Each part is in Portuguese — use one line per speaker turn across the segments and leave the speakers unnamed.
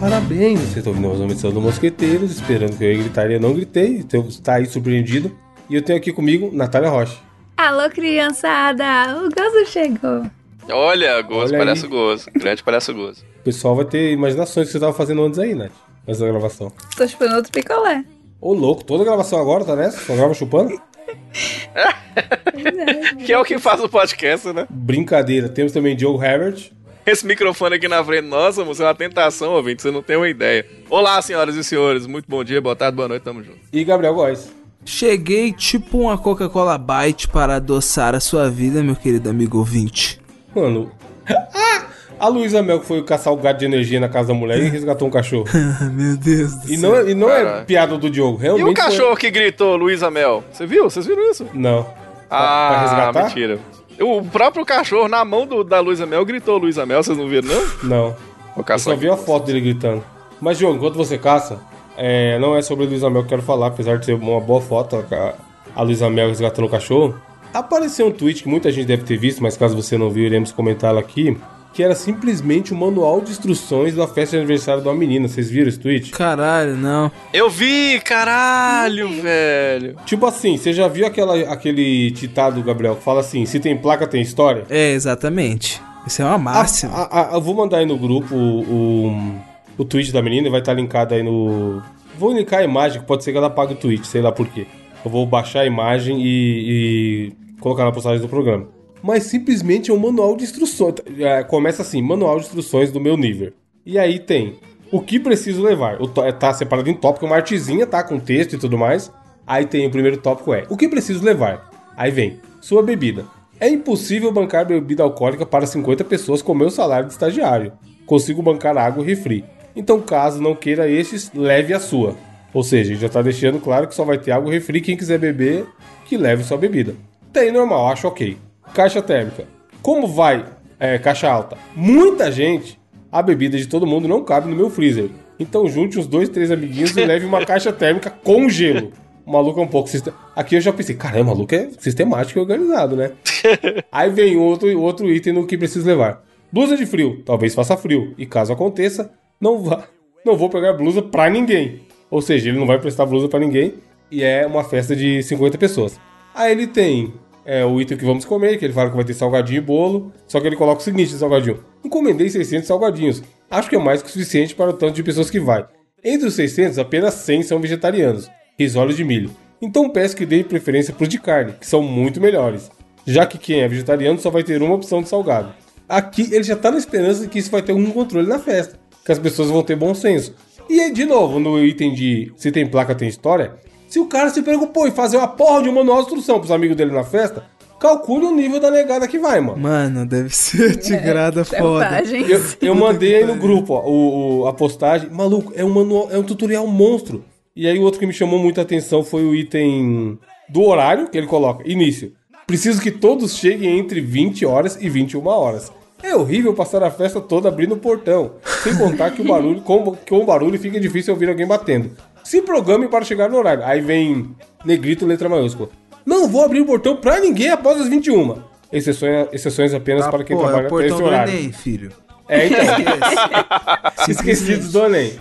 Parabéns, vocês estão ouvindo mais uma edição do Mosqueteiros, esperando que eu ia gritar e eu não gritei. Então está aí surpreendido. E eu tenho aqui comigo Natália Rocha.
Alô, criançada! O Gozo chegou!
Olha, Gozo,
Olha
palhaço
aí.
Gozo. Grande palhaço Gozo.
O pessoal vai ter imaginações que você estava fazendo antes aí, Nath, antes da gravação.
Tô chupando outro picolé.
Ô louco, toda gravação agora tá nessa? Só grava chupando?
Que é o que faz o podcast, né?
Brincadeira. Temos também Joe Herbert.
Esse microfone aqui na frente, nossa, moço, é uma tentação, ouvinte, você não tem uma ideia. Olá, senhoras e senhores, muito bom dia, boa tarde, boa noite, tamo junto.
E Gabriel Góes.
Cheguei tipo uma Coca-Cola Bite para adoçar a sua vida, meu querido amigo ouvinte.
Mano. Ah! A Luísa Mel que foi caçar o gato de energia na casa da mulher e resgatou um cachorro.
Ah, meu Deus do
E não, é- e não é
Caralho.
piada do Diogo,
E
realmente.
o
foi-
cachorro que gritou, Luísa Mel? Você viu? Vocês viram isso?
Não. pra
Ah,
resgatar?
mentira. O próprio cachorro na mão do- da Luísa Mel gritou Luísa Mel, vocês não viram, não?
Não.
O
Eu só
cachorro.
vi a foto dele gritando. Mas, Diogo, enquanto você caça, é, não é sobre a Luísa Mel que eu quero falar, apesar de ser uma boa foto, a, a Luísa Mel resgatando o cachorro. Apareceu um tweet que muita gente deve ter visto, mas caso você não viu, iremos comentá-lo aqui. Que era simplesmente o manual de instruções da festa de aniversário da menina. Vocês viram esse tweet?
Caralho, não.
Eu vi, caralho, velho.
Tipo assim, você já viu aquela, aquele ditado, Gabriel, que fala assim: se tem placa, tem história?
É, exatamente. Isso é uma máxima.
A- a- eu vou mandar aí no grupo o, o, o tweet da menina e vai estar linkado aí no. Vou linkar a imagem, que pode ser que ela apague o tweet, sei lá por quê. Eu vou baixar a imagem e, e colocar na postagem do programa. Mas simplesmente é um manual de instruções. É, Começa assim: manual de instruções do meu nível. E aí tem o que preciso levar. O tó- tá separado em tópico, uma artezinha, tá? Com texto e tudo mais. Aí tem o primeiro tópico é o que preciso levar. Aí vem sua bebida. É impossível bancar bebida alcoólica para 50 pessoas com meu salário de estagiário. Consigo bancar água e refri. Então, caso não queira estes, leve a sua. Ou seja, ele já está deixando claro que só vai ter água e refri. Quem quiser beber, que leve sua bebida. Tem normal, acho ok. Caixa térmica. Como vai, é, caixa alta? Muita gente, a bebida de todo mundo não cabe no meu freezer. Então junte uns dois, três amiguinhos e leve uma caixa térmica com gelo. O maluco é um pouco... siste- Aqui eu já pensei, caramba, o maluco é sistemático e organizado, né? Aí vem outro, outro item no que preciso levar. Blusa de frio. Talvez faça frio. E caso aconteça, não vá. Não vou pegar blusa pra ninguém. Ou seja, ele não vai prestar blusa pra ninguém. E é uma festa de 50 pessoas. Aí ele tem é, o item que vamos comer, que ele fala que vai ter salgadinho e bolo. Só que ele coloca o seguinte, salgadinho. Encomendei 600 salgadinhos. Acho que é mais que o suficiente para o tanto de pessoas que vai. Entre os 600, apenas 100 são vegetarianos. Risoles de milho. Então peço que dê preferência para os de carne, que são muito melhores já que quem é vegetariano só vai ter uma opção de salgado. Aqui ele já tá na esperança de que isso vai ter algum controle na festa, que as pessoas vão ter bom senso. E aí, de novo, no item de se tem placa, tem história, se o cara se preocupou em fazer uma porra de um manual de instrução pros amigos dele na festa, calcule o nível da negada que vai, mano.
Mano, deve ser
É,
de grada foda.
Selvagem.
Eu, eu mandei aí no grupo, ó, o, o- a postagem. Maluco, é um manual, é um tutorial monstro. E aí o outro que me chamou muita atenção foi o item do horário que ele coloca. Início. Preciso que todos cheguem entre 20 horas e 21 horas. É horrível passar a festa toda abrindo o portão. Sem contar que o barulho, com, com o barulho fica difícil ouvir alguém batendo. Se programe para chegar no horário. Aí vem negrito, letra maiúscula. Não vou abrir o portão pra ninguém após as 21. Exceções, exceções apenas
Ah,
para quem
pô, é
trabalha
o
até esse
portão do
horário.
Enem, filho.
É, então.
Esquece.
Esquecidos do Enem.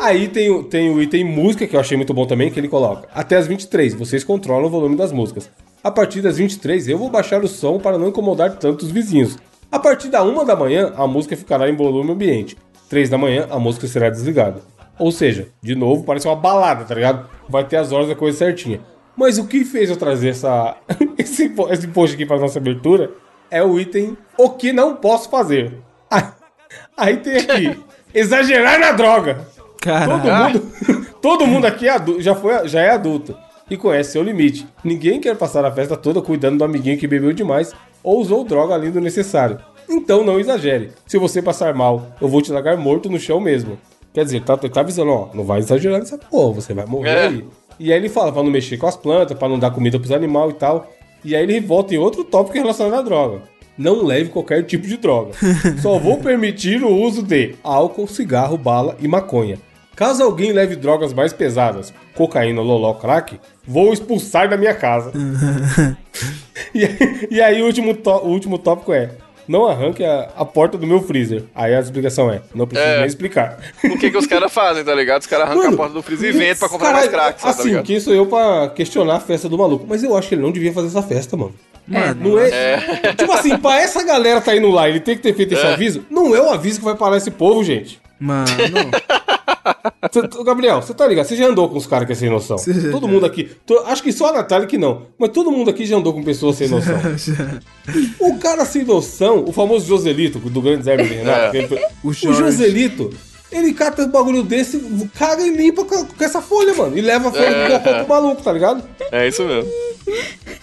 Aí tem, o- tem o item música, que eu achei muito bom também, que ele coloca. Até as 23, vocês controlam o volume das músicas. A partir das 23, eu vou baixar o som para não incomodar tanto os vizinhos. A partir da 1 da manhã, a música ficará em volume ambiente. 3 da manhã, a música será desligada. Ou seja, de novo, parece uma balada, tá ligado? Vai ter as horas da coisa certinha. Mas o que fez eu trazer essa, esse, po- esse post aqui para nossa abertura é o item O que não posso fazer. Ah, Aí tem aqui. Exagerar na droga. Todo
Caralho.
mundo, todo mundo aqui é adu- já, foi, já é adulto e conhece seu limite. Ninguém quer passar a festa toda cuidando do amiguinho que bebeu demais ou usou droga além do necessário. Então não exagere. Se você passar mal, eu vou te largar morto no chão mesmo. Quer dizer, tá, tá avisando, ó, não vai exagerar nessa porra, você vai morrer
É.
aí. E aí ele fala pra não mexer com as plantas, pra não dar comida pros animais e tal. E aí ele volta em outro tópico relacionado à droga. Não leve qualquer tipo de droga. Só vou permitir o uso de álcool, cigarro, bala e maconha. Caso alguém leve drogas mais pesadas, cocaína, loló, crack, vou expulsar da minha casa. E, aí- e aí o último, tó- o último tópico é: não arranque a, a porta do meu freezer. Aí a explicação é, não preciso
É.
nem explicar.
O que que os caras fazem, tá ligado? Os caras arrancam
Mano,
a porta do freezer e vendem pra comprar
Caralho,
mais crack, sabe, tá
Assim,
ligado?
quem sou eu pra questionar a festa do maluco? Mas eu acho que ele não devia fazer essa festa, mano.
Mano,
Não é... Tipo assim, pra essa galera tá indo lá, ele tem que ter feito esse aviso. Não é o aviso que vai parar esse povo, gente.
mano.
Cê- tu- Gabriel, você tá ligado? Você já andou com os caras que é sem noção.
Sim.
Todo mundo aqui. to- acho que só a Natália que não. Mas todo mundo aqui já andou com pessoas sem noção. O cara sem noção, o famoso Joselito, do grande Zé Emílio Renato,
É.
que ele foi-
O
o,
Jorge.
Joselito, ele cata um bagulho desse, caga e limpa com, com essa folha, mano. E leva a folha
É.
pro corpo do maluco, tá ligado?
É isso mesmo.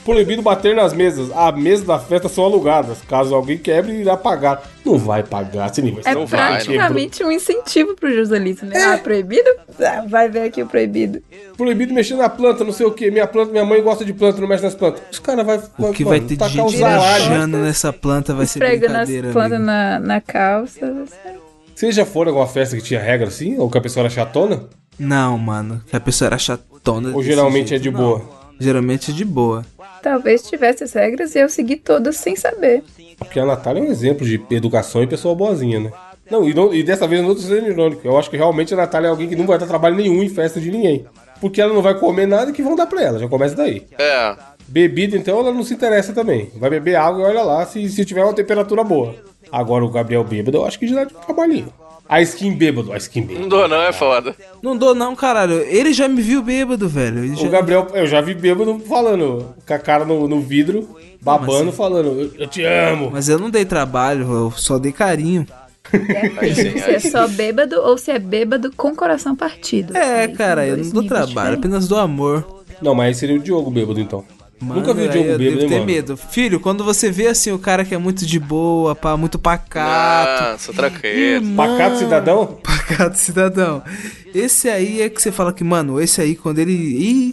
Proibido bater nas mesas. As mesas da festa são alugadas. Caso alguém quebre, irá pagar. Não vai pagar, se nem vai. tipo,
É
Não vai, não.
praticamente um incentivo pro Joselito, né? Ah, proibido? Ah, vai ver aqui o proibido.
Proibido mexer na planta, não sei o que. Minha planta, minha mãe gosta de planta, não mexe nas plantas. Os caras vai,
O que vai ter de
tacar um
gente
os aralhos.
rachando nessa planta vai ser
Esfregando as
é brincadeira,
plantas
amigo.
na, na calça. assim.
Vocês já foram a alguma festa que tinha regra assim? Ou que a pessoa era chatona?
né?
Não, mano. Que a pessoa era chatona.
Ou
desse
geralmente é
jeito.
de boa?
Não, Geralmente é de boa.
Talvez tivesse as regras e eu segui todas sem saber.
Porque a Natália é um exemplo de educação e pessoa boazinha, né? Não, e, não- e dessa vez eu não tô sendo irônico. Eu acho que realmente a Natália é alguém que não vai dar trabalho nenhum em festa de ninguém. Porque ela não vai comer nada que vão dar pra ela, já começa daí.
É.
Bebida, então, ela não se interessa também. Vai beber água e olha lá se, se tiver uma temperatura boa. Agora o Gabriel bêbado, eu acho que já dá de trabalhinho. A skin bêbado, a skin
Não
bêbado.
dou não, é foda.
Não dou não, caralho. Ele já me viu bêbado, velho. Ele já...
O Gabriel, eu já vi bêbado falando, com a cara no, no vidro, babando,
assim?
falando, eu, eu te amo.
Mas eu não dei trabalho, eu só dei carinho.
Aí sim,
Se é
aí sim.
só bêbado ou se é bêbado com coração partido.
É,
Aí são
cara, eu
dois
não dou
níveis
trabalho,
diferentes.
apenas dou amor.
Não, mas aí seria o Diogo bêbado, então.
Mano,
Nunca vi o
aí
Diogo
eu
bêbado,
devo
hein,
ter
mano?
medo. Filho, quando você vê assim o cara que é muito de boa, pá, muito pacato,
Nossa, traqueiro.
Pacato cidadão?
pacato cidadão. Esse aí é que você fala que, mano, esse aí quando ele.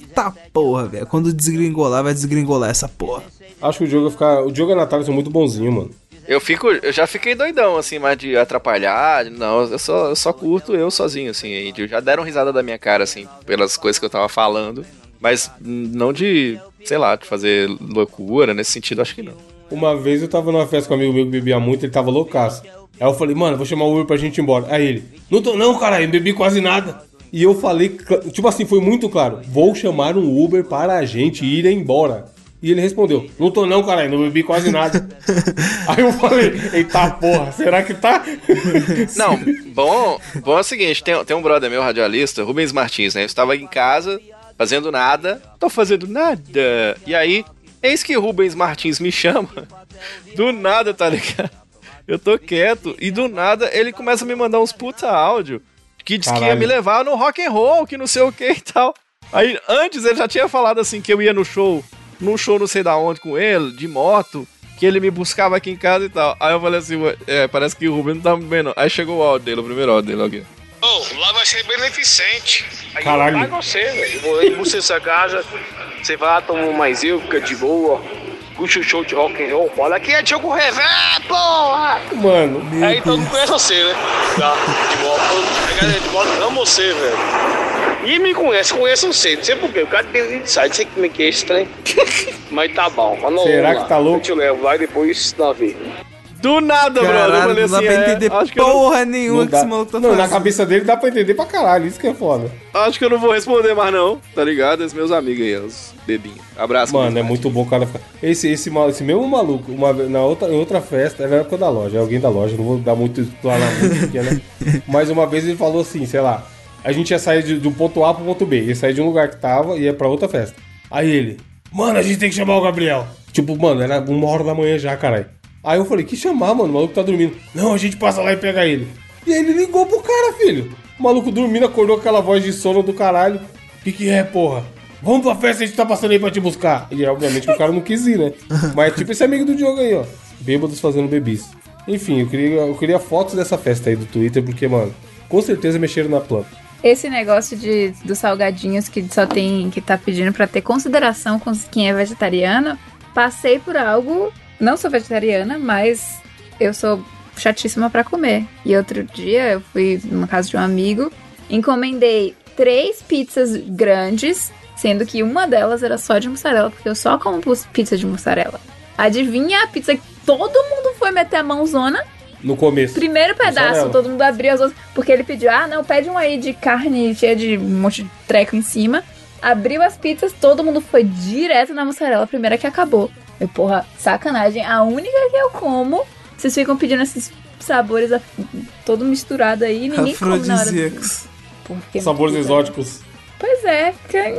Eita porra, velho. Quando desgringolar, vai desgringolar essa porra.
Acho que o Diogo ia ficar... O Diogo e a Natália são muito bonzinhos, mano.
Eu fico, eu já fiquei doidão, assim, mais de atrapalhar. de- Não, eu só, eu só curto eu sozinho, assim. E de- já deram risada da minha cara, assim, pelas coisas que eu tava falando. Mas hum, não de, sei lá, de fazer loucura nesse sentido, acho que não.
Uma vez eu tava numa festa com um amigo meu que bebia muito, ele tava loucaço. Aí eu falei, mano, vou chamar o Uber pra gente ir embora. Aí ele, não tô não, caralho, não bebi quase nada. E eu falei, cl- tipo assim, foi muito claro, vou chamar um Uber para a gente ir embora. E ele respondeu, não tô não, caralho, não bebi quase nada. Aí eu falei, eita porra, será que tá?
Não, bom, bom é o seguinte, tem, tem um brother meu, radialista, Rubens Martins, né? Eu estava em casa, fazendo nada, tô fazendo nada. E aí, eis que Rubens Martins me chama, do nada, tá ligado? Eu tô quieto, e do nada ele começa a me mandar uns puta áudio, que diz que ia
Caralho.
me levar no rock and roll, que não sei o que e tal. Aí, antes ele já tinha falado assim, que eu ia no show, num show não sei da onde com ele, de moto, que ele me buscava aqui em casa e tal. Aí eu falei assim, "Ué, é, parece que o Rubens não tá me vendo. Aí chegou o áudio dele, o primeiro áudio dele, alguém.
Ô, lá vai ser beneficente. Aí
Caralho.
eu pago você, velho. Eu Vou ir pra essa casa, você vai lá, toma um mais eu, fica de boa. Puxa o show de rock and roll. Olha aqui é Diogo Revé, porra!
Mano,
Aí todo mundo conhece você, né? Tá, de volta. A galera de volta ama você, velho. E me conhece, conhece você. Não sei porquê, o cara tem insight, não sei como é que é esse trem. Mas tá bom, mas não,
Será
vamos
que
lá.
tá louco?
Eu te levo lá e depois nós vê.
Do nada, brother. Eu
Caralho,
falei
não dá
assim,
pra
é,
entender
acho, que eu não,
porra nenhuma
não,
que
dá,
esse maluco tá
não na
fazendo.
cabeça dele dá pra entender pra caralho, isso que é foda.
acho que eu não vou responder mais não, tá ligado? Esses meus amigos aí, os bebinhos. Abraço.
Mano, é
Rubens
muito bom o cara ficar. Esse, esse, mal- esse mesmo maluco, uma, ve- na outra, em outra festa, era na época da loja, é alguém da loja, não vou dar muito explorar muito aqui, né? Mas uma vez ele falou assim, sei lá, a gente ia sair de, de um ponto A pro ponto B, ia sair de um lugar que tava e ia pra outra festa. Aí ele, mano, a gente tem que chamar o Gabriel. Tipo, mano, era uma hora da manhã já, caralho. Aí eu falei, que chamar, mano, o maluco tá dormindo. Não, a gente passa lá e pega ele. E aí ele ligou pro cara, filho. O maluco dormindo, acordou com aquela voz de sono do caralho. Que que é, porra? Vamos pra festa, a gente tá passando aí pra te buscar. E obviamente que o cara não quis ir, né? Mas tipo esse amigo do Diogo aí, ó. Bêbados fazendo bebis. Enfim, eu queria, eu queria fotos dessa festa aí do Twitter, porque, mano, com certeza mexeram na planta.
Esse negócio de, dos salgadinhos que só tem que tá pedindo pra ter consideração com quem é vegetariano, passei por algo. Não sou vegetariana, mas eu sou chatíssima pra comer. E outro dia eu fui numa casa de um amigo, encomendei três pizzas grandes, sendo que uma delas era só de mussarela, porque eu só como pus- pizza de mussarela. Adivinha a pizza que todo mundo foi foi meter a mãozona.
No começo.
Primeiro
Só
pedaço,
nela.
todo mundo abriu as outras. Porque ele pediu, ah, não, pede um aí de carne cheia de um monte de treco em cima. Abriu as pizzas, todo mundo foi direto na mussarela, a primeira que acabou. Eu, porra, sacanagem. A única que eu como, vocês ficam pedindo esses sabores af- todo misturado aí, ninguém come na hora. do-
Afrodisíacos.
Porra, fiquei
Sabores
muito
exóticos.
Pois é, quem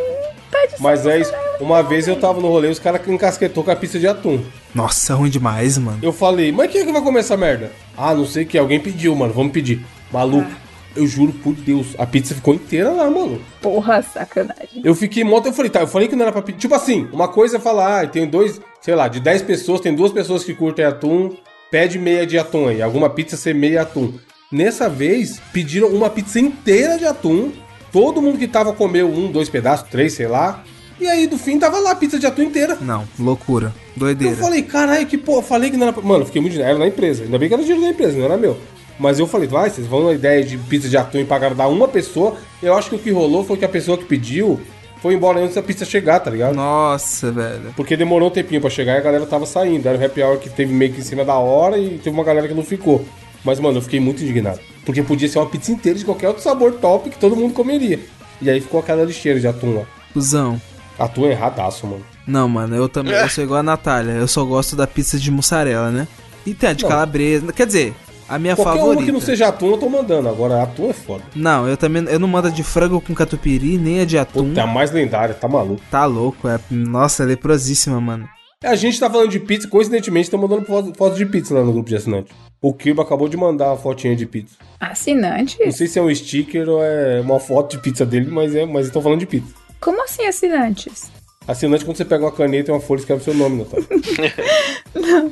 pede só
Mas é isso.
mussarela.
Uma vez eu tava no rolê, os caras encasquetou com a pizza de atum.
Nossa, ruim demais, mano.
Eu falei, mas quem é que vai comer essa merda? Ah, não sei o que, alguém pediu, mano, vamos pedir. Maluco, eu juro por Deus, a pizza ficou inteira lá, mano.
Porra, sacanagem.
Eu fiquei moto, eu falei, tá, eu falei que não era pra pedir. Tipo assim, uma coisa é falar, ah, tem dois, sei lá, de 10 pessoas, tem duas pessoas que curtem atum, pede meia de atum aí, alguma pizza ser meia atum. Nessa vez, pediram uma pizza inteira de atum, todo mundo que tava comeu um, dois pedaços, três, sei lá, e aí do fim tava lá a pizza de atum inteira.
Não, loucura.
Eu
Doideira.
falei, caralho, que porra, falei que não era. pra- Mano, fiquei muito. Era na empresa. Ainda bem que era dinheiro da empresa, não era meu. Mas eu falei, vai, vocês vão na ideia de pizza de atum e pagar dar uma pessoa. Eu acho que o que rolou foi que a pessoa que pediu foi embora antes da pizza chegar, tá ligado?
Nossa, velho.
Porque demorou um tempinho pra chegar e a galera tava saindo. Era o happy hour que teve meio que em cima da hora e teve uma galera que não ficou. Mas, mano, eu fiquei muito indignado. Porque podia ser uma pizza inteira de qualquer outro sabor top que todo mundo comeria. E aí ficou aquela lixeira de atum lá.
Cusão.
Atum é erradaço, mano.
Não, mano, eu também. Eu sou igual a Natália. Eu só gosto da pizza de mussarela, né? E tem a de
Não.
calabresa. Quer dizer, a minha
Qualquer
favorita.
uma que não seja atum, eu tô mandando. Agora, atum é foda.
Não, eu também. Eu não mando a de frango com catupiry, nem a de atum.
Puta, é a mais lendária, tá maluco.
Tá louco, é. Nossa, é leprosíssima, mano.
A gente tá falando de pizza, coincidentemente, estão mandando foto, foto de pizza lá no grupo de assinante. O Kirby acabou de mandar uma fotinha de pizza.
Assinante?
Não sei se é um sticker ou é uma foto de pizza dele, mas é, mas estão falando de pizza.
Como assim assinantes?
Assinante quando você pega uma caneta e uma folha e escreve seu nome, Natália.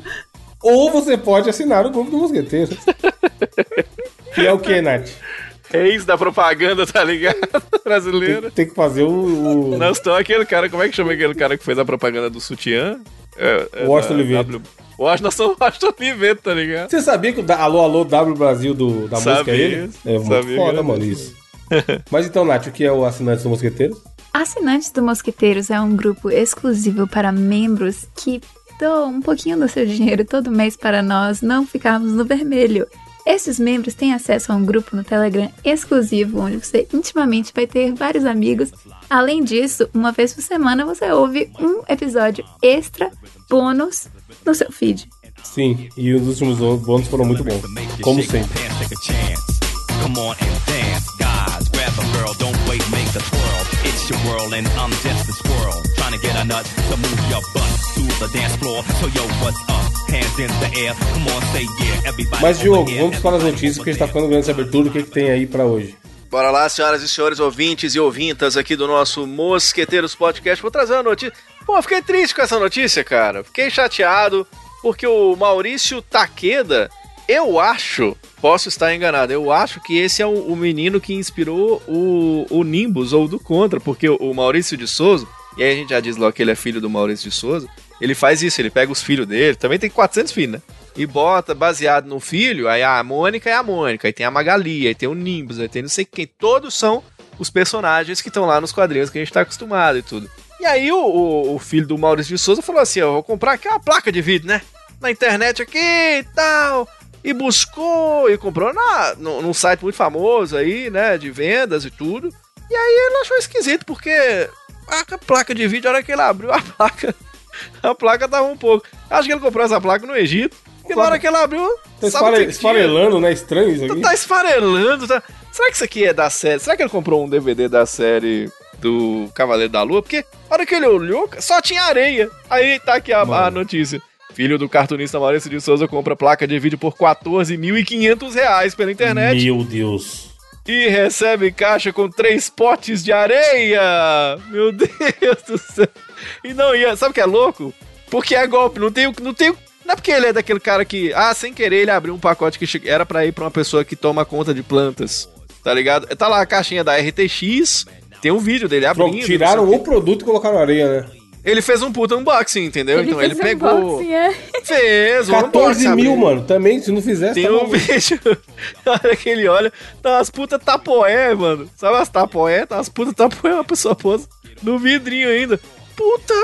ou você pode assinar o grupo do Mosqueteiro. que é o que, Nath?
Reis da propaganda, tá ligado? Brasileira.
Tem que fazer o. o...
Nós estamos aquele cara, como é que chama aquele cara que fez a propaganda do sutiã? É, é
Washington
da-
Oliveira.
W- Washington, nós somos Washington Oliveira, tá ligado?
Você sabia que o da- Alô Alô W Brasil do, da
Sabia,
música é ele? É muito
sabia,
foda,
né?
mano, isso. Mas então, Nath, o que é o assinante do Mosqueteiro?
Assinantes do Mosqueteiros é um grupo exclusivo para membros que doam um pouquinho do seu dinheiro todo mês para nós não ficarmos no vermelho. Esses membros têm acesso a um grupo no Telegram exclusivo, onde você intimamente vai ter vários amigos. Além disso, uma vez por semana você ouve um episódio extra, bônus, no seu feed.
Sim, e os últimos bônus foram muito bons. Como sempre.
Pants, take a chance. Come on and dance, guys. Grab a girl, don't wait, make the twirl. It's your world and I'm just a squirrel. Trying to get a nut to move your butt to the dance floor. So yo, what's up? Hands in the air. Come on, say yeah. Everybody
Mas, Diogo,
over here,
vamos para as
everybody
notícias,
over
porque a gente tá
there.
ficando grande essa abertura. O que, que tem aí pra hoje?
Bora lá, senhoras e senhores, ouvintes e ouvintas aqui do nosso Mosqueteiros Podcast. Vou trazer uma notícia. Pô, eu fiquei triste com essa notícia, cara. Fiquei chateado porque o Maurício Taqueda, eu acho, posso estar enganado, eu acho que esse é o, o menino que inspirou o, o Nimbus ou o do Contra, porque o, o Maurício de Souza, e aí a gente já diz logo que ele é filho do Maurício de Souza, ele faz isso, ele pega os filhos dele, também tem 400 filhos, né? e bota baseado no filho, aí a Mônica é a Mônica, aí tem a Magali, aí tem o Nimbus, aí tem não sei quem. Todos são os personagens que estão lá nos quadrinhos que a gente tá acostumado e tudo. E aí o, o- o filho do Maurício de Souza falou assim: ó, eu vou comprar aqui uma placa de vídeo, né? Na internet aqui e tal. E buscou e comprou na, num num site muito famoso aí, né? De vendas e tudo. E aí ele achou esquisito, porque a placa de vídeo, a hora que ele abriu a placa, a placa tava um pouco. Acho que ele comprou essa placa no Egito. E na hora que ele abriu,
Tá
sabe o
esfare...
que tinha?
esfarelando, né? Estranho isso aqui.
Tá esfarelando, tá. Será que isso aqui é da série? Será que ele comprou um DVD da série do Cavaleiro da Lua? Porque a hora que ele olhou, só tinha areia. Aí tá aqui a, a
Mano.
notícia. Filho do cartunista Maurício de Souza compra placa de vídeo por 14.500 reais pela internet
Meu Deus.
e recebe caixa com três potes de areia. Meu Deus do céu. E não, e é- sabe o que é louco? Porque é golpe, não tem, o- não tem. o- Não é porque ele é daquele cara que, ah, sem querer ele abriu um pacote que che- era pra ir pra uma pessoa que toma conta de plantas, tá ligado? Tá lá a caixinha da RTX, tem um vídeo dele abrindo.
Pronto,
não
tiraram
sei
o produto e colocaram areia, né?
quê. Ele fez um puta unboxing, entendeu? então ele
fez
pegou.
unboxing, é.
Fez, um
14
unboxing,
mil,
abriu.
mano. Também, se não fizesse,
Tem
tá
um
maluco.
vídeo, na hora que ele olha, tá umas puta tapoé, mano. Sabe as tapoé? Tá umas puta tapoé, uma pessoa pôs no vidrinho ainda. Puta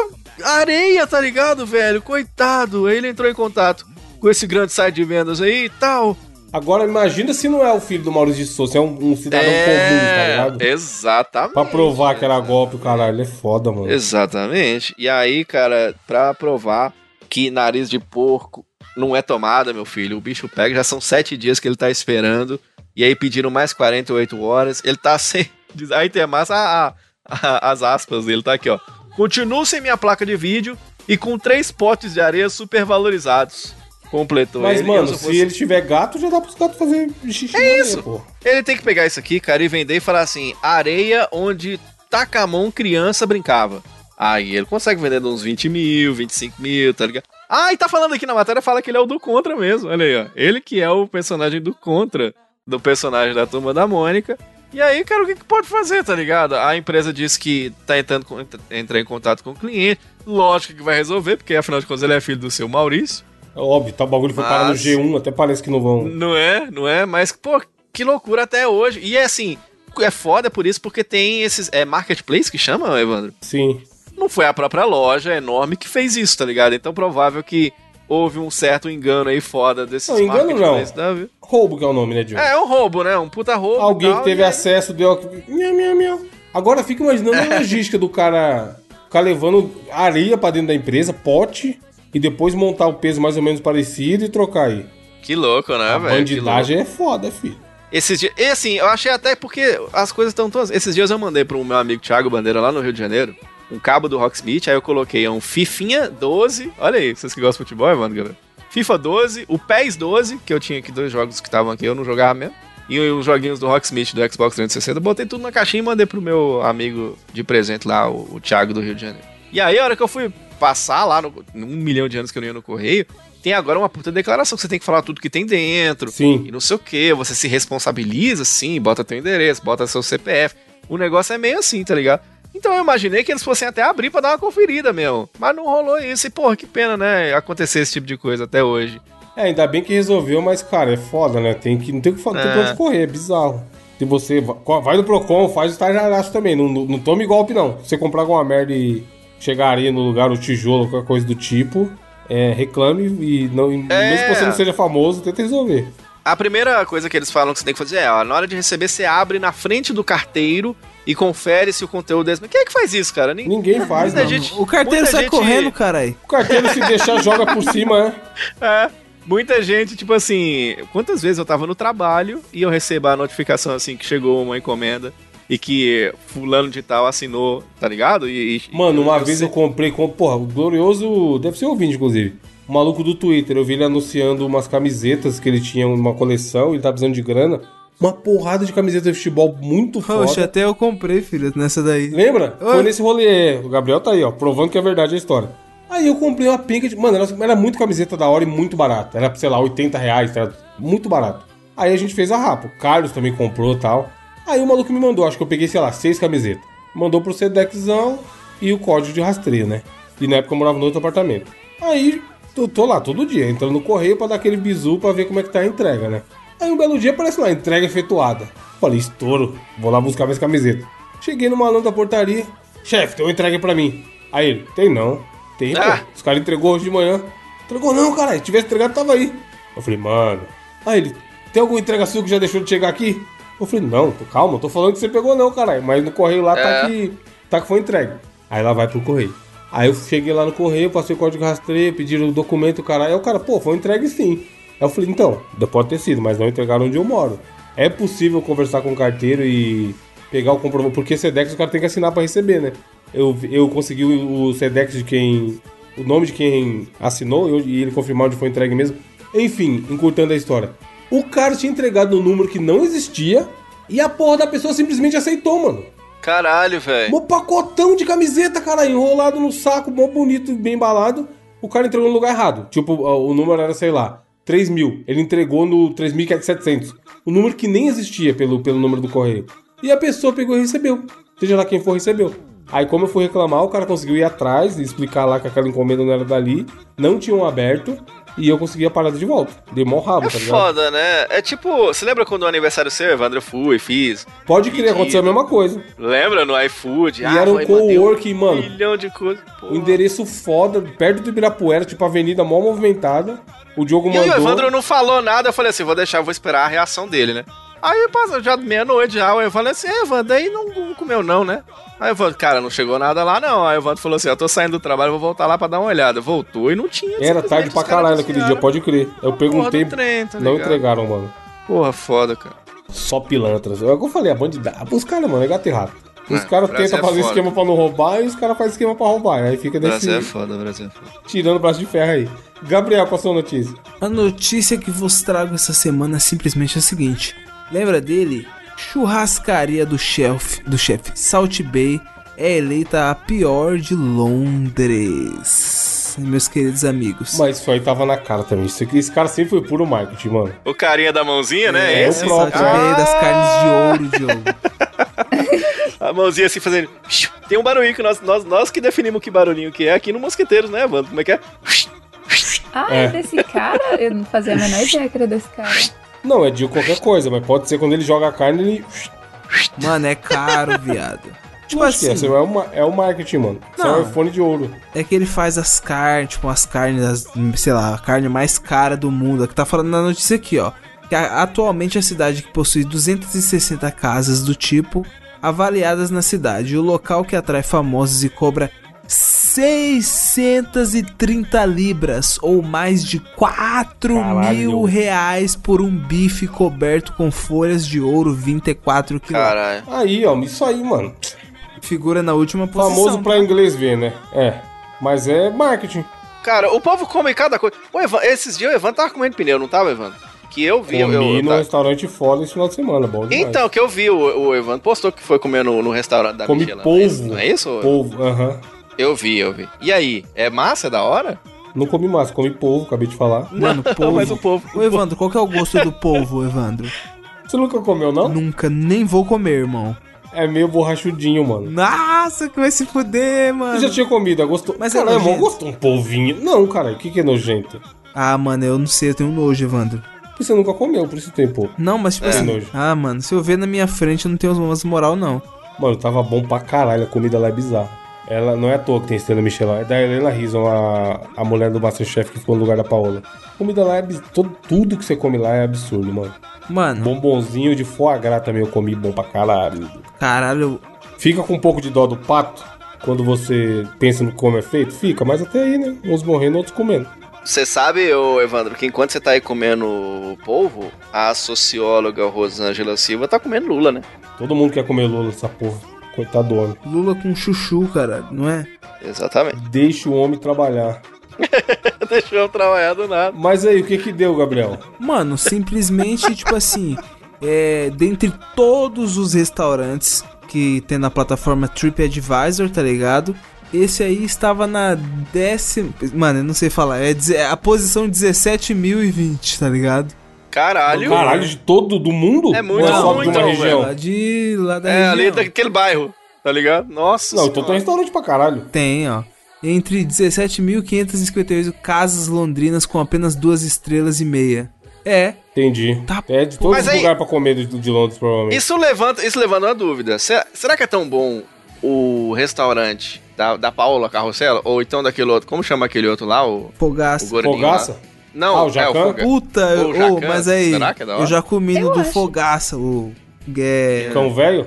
areia, tá ligado, velho? Coitado. Aí ele entrou em contato com com esse grande site de vendas aí e tal.
Agora, imagina se não é o filho do Maurício de Souza, é um, um cidadão
É,
comum, tá ligado?
exatamente.
Pra provar que era golpe, o caralho, ele é foda, mano.
Exatamente. E aí, cara, pra provar que nariz de porco não é tomada, meu filho, o bicho pega, já são sete dias que ele tá esperando, e aí pediram mais 48 horas, ele tá sem... Aí tem mais a- a- a- as aspas dele, tá aqui, ó. Continuo sem minha placa de vídeo e com três potes de areia supervalorizados. Completou
Mas,
ele.
mano,
Eu,
se
se fosse-
ele tiver gato, já dá pros gatos fazer xixi. É
isso. ele tem que pegar isso aqui, cara, e vender e falar assim: areia onde tacamão criança brincava. Aí ele consegue vender uns 20 mil, 25 mil, tá ligado? Ah, e tá falando aqui na matéria, fala que ele é o do Contra mesmo. Olha aí, ó. Ele que é o personagem do Contra, do personagem da turma da Mônica. E aí, cara, o que, que pode fazer, tá ligado? A empresa diz que tá entrando, com- entrar em contato com o cliente. Lógico que vai resolver, porque afinal de contas ele é filho do seu Maurício.
É óbvio, tá, o bagulho foi parar no
Mas-
G1, até parece que não vão.
Não é, não é, mas, pô, que loucura até hoje. E é assim, é foda por isso, porque tem esses. É marketplace que chama, Evandro?
Sim.
Não foi a própria loja enorme que fez isso, tá ligado? Então provável que houve um certo engano aí foda desses
Não, engano não.
marketplace da vida.
Roubo que é o nome, né, Diogo?
É, é um roubo, né? Um puta roubo. e
Alguém
tal,
que teve
e aí-
acesso deu. Miau, miau, miau. Agora fica imaginando
É.
a logística do cara ficar levando areia pra dentro da empresa, pote, e depois montar o peso mais ou menos parecido e trocar aí.
Que louco, né,
a
velho? Que louco.
bandidagem é foda, filho.
Esses dias. E assim, eu achei até porque as coisas estão todas. Esses dias eu mandei pro meu amigo Thiago Bandeira lá no Rio de Janeiro um cabo do Rocksmith, aí eu coloquei um Fifinha 12. Olha aí, vocês que gostam de futebol, mano, galera. FIFA 12, o PES 12, que eu tinha aqui dois jogos que estavam aqui, eu não jogava mesmo. E os joguinhos do Rocksmith do Xbox 360, eu botei tudo na caixinha e mandei pro meu amigo de presente lá, o, o Thiago do Rio de Janeiro. E aí, a hora que eu fui passar lá, no, num milhão de anos que eu não ia no correio, tem agora uma puta declaração que você tem que falar tudo que tem dentro
Sim.
e não sei o que, você se responsabiliza, sim, bota teu endereço, bota seu CPF. O negócio é meio assim, tá ligado? Então eu imaginei que eles fossem até abrir pra dar uma conferida, meu. Mas não rolou isso. E, porra, que pena, né? Acontecer esse tipo de coisa até hoje.
É, ainda bem que resolveu, mas, cara, é foda, né? Tem que, não tem, o que, fa- tem
É.
pra onde correr, é bizarro. Se você va- co- vai no Procon, faz o estajaraço também. Não, não, não tome golpe, não. Se você comprar alguma merda e chegar areia no lugar, o tijolo, qualquer coisa do tipo, é, reclame e, não, e
É.
mesmo que você não seja famoso, tenta resolver.
A primeira coisa que eles falam que você tem que fazer é, ó, na hora de receber, você abre na frente do carteiro e confere se o conteúdo é. esse. Mas Quem é que faz isso, cara? Ninguém.
Ninguém faz,
Muita
não.
gente-
O carteiro
muita
sai
gente-
correndo, caralho.
O carteiro se deixar, joga por cima, né?
É, muita gente, tipo assim, quantas vezes eu tava no trabalho e eu recebo a notificação assim que chegou uma encomenda e que fulano de tal assinou, tá ligado? E, e-
Mano, uma
eu
vez
sei-
eu comprei, com, porra, o Glorioso, deve ser ouvinte, inclusive. O maluco do Twitter, eu vi ele anunciando umas camisetas que ele tinha, uma coleção, ele tá precisando de grana. Uma porrada de camiseta de futebol muito forte.
Poxa, até eu comprei, filho, nessa daí.
Lembra?
Oi.
Foi nesse rolê. O Gabriel tá aí, ó, provando que é verdade a história. Aí eu comprei uma penca de. Mano, era- era muito camiseta da hora e muito barata. Era, sei lá, 80 reais, era muito barato. Aí a gente fez a rapa. O Carlos também comprou e tal. Aí o maluco me mandou, acho que eu peguei, sei lá, seis camisetas. Mandou pro Sedexão e o código de rastreio, né? E na época eu morava no outro apartamento. Aí eu tô lá todo dia, entrando no correio pra dar aquele bizu pra ver como é que tá a entrega, né? Aí um belo dia aparece lá, entrega efetuada. Falei, estouro, vou lá buscar minhas camisetas. Cheguei no malandro da portaria, chefe, tem uma entrega pra mim. Aí ele, tem não, tem pô.
Ah.
Os caras entregou hoje de manhã. Entregou não, caralho, se tivesse entregado tava aí. Eu falei, mano. Aí ele, tem alguma entrega sua que já deixou de chegar aqui? Eu falei, não, tô- calma, eu tô falando que você pegou não, caralho, mas no correio lá
É.
tá que que- tá que foi entregue. Aí ela vai pro correio. Aí eu cheguei lá no correio, passei o código de rastreio, pediram o documento, cara. Aí o cara, pô, foi entregue sim. Aí eu falei, então, pode ter sido, mas não entregaram onde eu moro. É possível conversar com o carteiro e pegar o comprovante, porque Sedex o cara tem que assinar pra receber, né? Eu, eu consegui o o Sedex de quem. o nome de quem assinou eu- e ele confirmar onde foi entregue mesmo. Enfim, encurtando a história. O cara tinha entregado um número que não existia e a porra da pessoa simplesmente aceitou, mano.
Caralho, velho.
Um pacotão de camiseta, cara, enrolado no saco, mó bonito, bem embalado. O cara entregou no lugar errado. Tipo, o o número era, sei lá, 3 mil. Ele entregou no 3.700. O número que nem existia pelo, pelo número do correio. E a pessoa pegou e recebeu. Seja lá quem for, recebeu. Aí, como eu fui reclamar, o cara conseguiu ir atrás e explicar lá que aquela encomenda não era dali. Não tinham aberto. e eu consegui a parada de volta. Dei mó rabo,
É
tá ligado?
foda, né? É tipo, você lembra quando o aniversário seu, Evandro, eu fui, fiz?
Pode crer, aconteceu a mesma coisa.
Lembra no iFood? Ah,
E era um
foi, mandei
coworking, mano.
milhão de coisas. pô.
O endereço foda, perto do Ibirapuera, tipo, avenida mó movimentada. O Diogo
E o
mandou.
Evandro não falou nada, eu falei assim, vou deixar, vou esperar a reação dele, né? Aí passa já meia-noite já, o Evandro assim, "É, Evandro, aí não, não comeu não, né? Aí o Evandro, cara, não chegou nada lá não. Aí o Evandro falou assim, eu tô saindo do trabalho, vou voltar lá pra dar uma olhada. Voltou e não tinha.
Era
simplesmente
tarde pra
os caras
caralho naquele dia,
desviaram.
pode crer. Eu perguntei,
Porra do trem, tá
não
ligado?
entregaram, mano.
Porra, foda, cara.
Só pilantras. É o que eu falei, a bandida. Os caras, mano, é gato e rato. Os
É,
caras
Brasil
tentam
é
fazer
foda.
esquema pra não roubar e os caras fazem esquema pra roubar. Aí fica desse.
Brasil é foda, Brasil é foda.
tirando o braço de ferro aí. Gabriel, qual a sua notícia?
A notícia que vos trago essa semana é simplesmente a seguinte. Lembra dele? Churrascaria do chefe, do chefe Salt Bay é eleita a pior de Londres. Meus queridos amigos.
Mas isso aí tava na cara também. Isso aqui- Esse cara sempre foi puro marketing, mano.
O carinha da mãozinha, né?
É, Ah!
Esse?
o próprio.
Salt Bay das carnes de ouro, Diogo.
A mãozinha assim fazendo. Tem um barulhinho que nós, nós, nós que definimos que barulhinho que é aqui no Mosqueteiros, né, Evandro? Como é que é?
Ah, é. desse cara? Eu não fazia a menor ideia que era desse cara.
Não, é de qualquer coisa, mas pode ser quando ele joga a carne, ele.
Mano, é caro, viado. Tipo
Acho que é,
assim,
isso é, uma, é o marketing, mano. Isso é um
Não.
iPhone de ouro.
é que ele faz as carnes, tipo, as carnes, as- sei lá, a carne mais cara do mundo. É que tá falando na notícia aqui, ó. Que a- atualmente a cidade que possui 260 casas do tipo avaliadas na cidade. O local que atrai famosos e cobra 630 libras, ou mais de 4
Caralho.
mil reais por um bife coberto com folhas de ouro 24 quilos.
Caralho.
Aí, ó, isso aí, mano.
Figura na última posição.
Famoso pra inglês ver, né? É. Mas é marketing.
Cara, o povo come cada coisa. Ô, Evan, esses dias o Evan tava comendo pneu, não tava, Evan? Que eu vi. eu- eu,
Comi num
tá-
restaurante foda esse final de semana, bom demais.
Então, que eu vi, o, o Evan postou que foi comer no, no restaurante da
Come
Michelin.
polvo.
Não é isso? Não é isso? Evan?
Polvo, aham.
Eu vi, eu vi. E aí, é massa, é da hora?
Não comi massa, comi polvo, acabei de falar.
Mano, polvo.
mas o povo-
Ô, Evandro, qual que é o gosto do polvo, Evandro?
Você nunca comeu, não?
Nunca, nem vou comer, irmão.
É meio borrachudinho, mano.
Nossa, que vai se fuder,
Eu
mano.
já tinha comido, é gostoso.
Mas é
caralho,
nojento.
eu gosto um polvinho. Não, caralho, o que, que é nojento?
Ah, mano, eu não sei, eu tenho nojo, Evandro.
Porque você nunca comeu, por isso tem polvo.
Não, mas tipo
É,
assim.
nojo.
Ah, mano, se eu ver na minha frente, eu não tenho umas moral, não.
Mano, tava bom pra caralho, a comida lá é bizarra. Ela não é à toa que tem estrela Michelin, é da Helena Rison, a, a mulher do Masterchef que ficou no lugar da Paola. Comida lá é abs- todo, tudo que você come lá é absurdo, mano.
Mano,
Bombonzinho de foie gras também eu comi bom pra caralho.
caralho.
Fica com um pouco de dó do pato quando você pensa no como é feito? Fica, mas até aí, né? Uns morrendo, outros comendo.
Você sabe, ô Evandro, que enquanto você tá aí comendo polvo, a socióloga Rosângela Silva tá comendo Lula, né?
Todo mundo quer comer Lula essa porra. Coitado do homem.
Lula com chuchu, cara, não é?
Exatamente.
Deixa o homem trabalhar.
Deixou eu trabalhar do nada.
Mas aí, o que que deu, Gabriel?
Mano, simplesmente, tipo assim, é, dentre todos os restaurantes que tem na plataforma TripAdvisor, tá ligado? Esse aí estava na décima. Mano, eu não sei falar. É deze- a posição 17.020, tá ligado?
Caralho.
Caralho, de todo do mundo?
É muito
Ou só
ruim,
de uma
então,
região?
Lá de. Lá da
É,
região.
ali daquele bairro, tá ligado? Nossa.
Não, então tem
Senhora.
restaurante pra caralho.
Tem, ó. Entre 17.558 casas londrinas com apenas duas estrelas e meia. É,
Entendi.
Tá.
É de todos
Mas
os
aí-
lugares pra comer de, de Londres, provavelmente.
Isso levanta, isso levanta uma dúvida. Se- será que é tão bom o restaurante da, da Paula Carrossela? Ou então daquele outro. Como chama aquele outro lá? O, o
fogaço.
gordinho
Fogaça?
lá? Não,
Ah, o
é o
Jacan?
Foga.
Puta,
Ou
ô,
jacan,
mas aí,
será que é da hora?
eu já comi no
Eu
do
acho.
Fogaça, o... É...
Cão velho?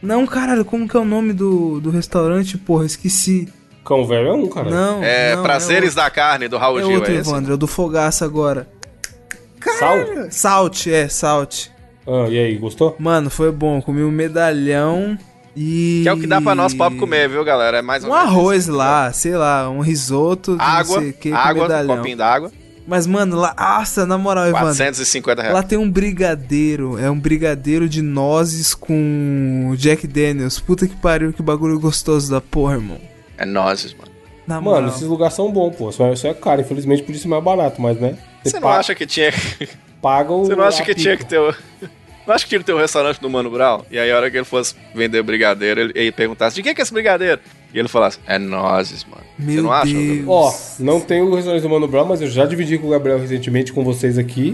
Não, caralho, como que é o nome do, do restaurante, porra, esqueci.
Cão velho é um, cara.
Não,
É,
não,
Prazeres da Carne, do Raul
é outro, é
Gil,
outro
é esse?
Evandro, é o do Fogaça agora.
Sal?
Salt, é, salt.
Ah, e aí, gostou?
Mano, foi bom, comi um medalhão e...
Que é o que dá pra nós pobre comer, viu, galera? É mais ou
Um
menos
arroz
isso.
lá, sei lá, um risoto,
Água,
não sei o que, é com
água, um
medalhão.
copinho d'água,
Mas, mano, lá, nossa, na moral, Evandro,
450 reais.
Lá tem um brigadeiro, é um brigadeiro de nozes com Jack Daniels. Puta que pariu, que bagulho gostoso da porra, irmão.
É nozes, mano.
Na
Mano,
moral.
esses lugares são bons, pô. Só, só é caro, infelizmente podia ser mais barato, mas né?
Você não
pa-
acha que tinha. Você
Paga o.
não acha
a
que tinha que
pica.
ter. o- Não acha que um tinha que ter o restaurante do Mano Brown? E aí, a hora que ele fosse vender brigadeiro, ele, ele perguntasse: de quem que é esse brigadeiro? e ele falasse, é nozes, mano. Você
Meu
não acha?
Deus.
Rodolfo?
Ó, não tem o Resonância do Mano Brown, mas eu já dividi com o Gabriel recentemente com vocês aqui.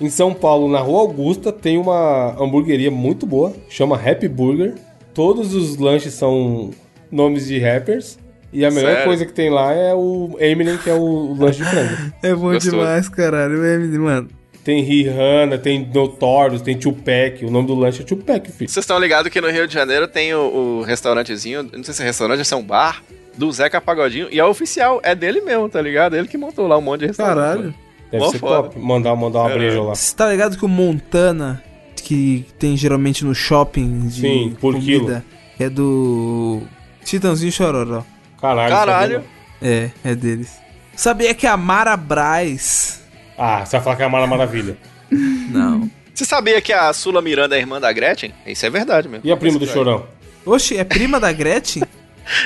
em São Paulo, na Rua Augusta, tem uma hamburgueria muito boa, chama Happy Burger. Todos os lanches são nomes de rappers. E a melhor
Sério?
coisa que tem lá é o Eminem, que é o lanche de frango.
É bom
Gostoso.
demais, caralho. É, Mano,
Tem Rihanna, tem Notorious, tem Tupac. O nome do lanche é Tupac, filho.
Vocês estão ligados que no Rio de Janeiro tem o, o restaurantezinho, não sei se é restaurante, se é um bar, do Zeca Pagodinho, e é oficial, é dele mesmo, tá ligado? Ele que montou lá um monte de restaurante.
Caralho.
mano.
Deve
Mó
ser
foda.
top. Mandar, mandar uma breja lá.
Você tá ligado que o Montana, que tem geralmente no shopping de
Sim, por
comida, é do Titãozinho Chororó.
Caralho.
Caralho.
sabia?
É, é deles. Sabia que a Mara Braz...
Ah, você vai falar que é a Mara Maravilha.
Não.
Você sabia que a Sula Miranda é irmã da Gretchen? Isso é verdade mesmo.
E a prima do Chorão?
Oxe, é prima da Gretchen?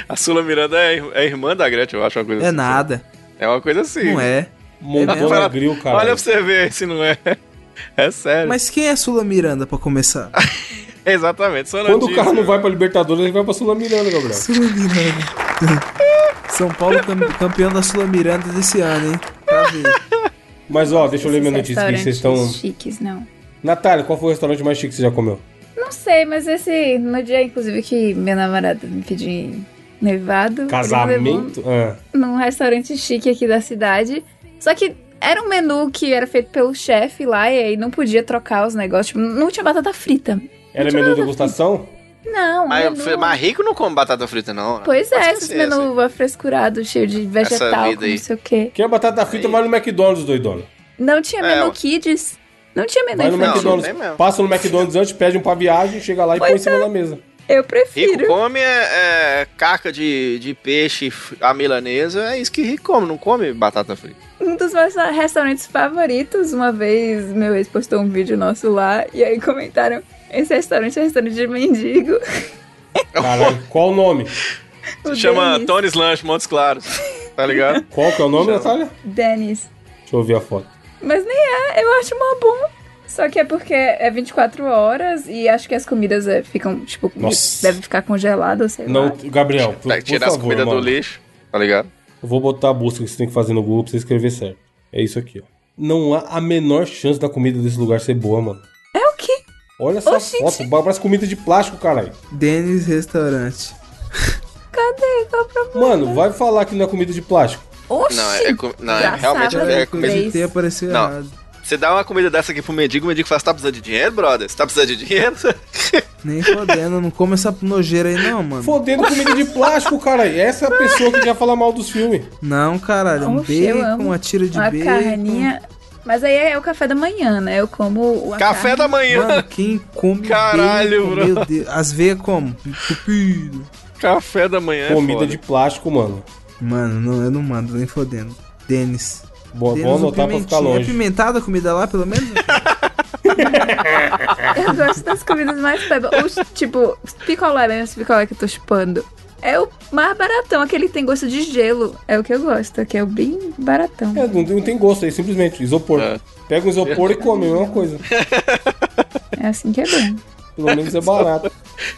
A Sula Miranda é, ir- é irmã da Gretchen, eu acho uma coisa
é
assim.
nada.
É uma coisa assim.
Não é.
Montana
Olha-
Grill, cara.
Olha pra você ver se não é. É sério.
Mas quem é Sula Miranda, pra começar?
Exatamente. Só
Quando o
notícia.
cara não vai pra Libertadores, ele vai pra Sul-Americana, né, Gabriel.
Sula Miranda. São Paulo cam- campeão da Sula Miranda desse ano, hein? Tá Pra ver.
Mas ó, deixa eu ler minha notícia aqui, que vocês estão.
Restaurantes Chiques, não.
Natália, qual foi o restaurante mais chique que você já comeu?
Não sei, mas esse. No dia, inclusive, que minha namorada me pediu em nevado. ele me levou
é
Casamento? Ah.
Num restaurante chique aqui da cidade. Só que era um menu que era feito pelo chefe lá e aí não podia trocar os negócios. Tipo, não tinha batata frita.
Era menu é degustação?
Não,
Mas,
menu...
foi- mas rico não come batata frita, não. né?
Pois
Pode
é, esses
esquecer, assim.
menus frescurados, cheio de vegetal,
vida
com
aí.
não sei o quê.
Quem é batata frita
Aí.
vai no McDonald's, doidona.
Não tinha
É,
menu
ó.
kids. Não tinha menu
Vai no
infantil.
não
McDonald's.
É, tem mesmo. é.
Passa no McDonald's antes, pede um pra viagem, chega lá e põe em cima da mesa.
Eu
Rico
prefiro.
come é, é, caca de, de peixe a milanesa, é isso que rico come, não come batata frita.
Um dos meus restaurantes favoritos, uma vez meu ex postou um vídeo nosso lá e aí comentaram: esse restaurante é restaurante de mendigo.
Caralho, qual o nome?
O
Chama
Dennis.
Tony's Lunch Montes Claros, tá ligado?
Qual que é o nome,
Já.
Natália?
Dennis.
Deixa eu ver a foto.
Mas nem é, eu acho mó bom. Só que é porque é 24 horas e acho que as comidas é, ficam, tipo,
Nossa.
deve ficar congelada, sei
Não,
lá.
Gabriel, por,
Pra
por
tirar as
favor,
comidas
mano.
do lixo, tá ligado?
Eu vou botar a busca que você tem que fazer no Google pra você escrever certo. É isso aqui, ó. Não há a menor chance da comida desse lugar ser boa, mano.
É o quê?
Olha essa
Oxente.
foto, ba- parece comida de plástico, caralho.
Denis Restaurante.
Cadê? Qual o problema?
Mano, vai falar que não é comida de plástico.
Oxi!
Não, é, com- não, é
Engraçado. né?
realmente é
Caralho,
comida.
coisa de ter aparecido
Não.
errado.
Você dá uma comida dessa aqui pro mendigo, o mendigo fala, você tá precisando de dinheiro, brother? Você tá precisando de dinheiro?
Nem fodendo, não come essa nojeira aí não, mano.
Fodendo comida de plástico, caralho. Essa é a pessoa que já fala mal dos filmes.
Não, caralho, um
Oxe, eu
bacon,
amo.
uma tira de
uma
bacon.
carninha. Mas aí é o café da manhã, né? Eu como o
Café da manhã,
Mano, quem come
Caralho,
bacon,
bro.
meu Deus, as veias como? Entupido.
café da manhã é
comida
foda.
de plástico, mano.
Mano, não, eu não mando, nem fodendo. Denis.
Bom,
Denis,
vou
um
anotar pra
pimentinho.
ficar
É
longe.
pimentada a comida lá, pelo menos?
Eu gosto das comidas mais peba. Os, tipo, picolé mesmo, esse picolé que eu tô chupando. É o mais baratão, aquele que tem gosto de gelo. É o que eu gosto, que é o bem baratão.
É, não, tem- não tem gosto aí, simplesmente. Isopor.
É.
Pega um isopor e come, é a mesma coisa.
É assim que é bom.
Pelo menos é barato.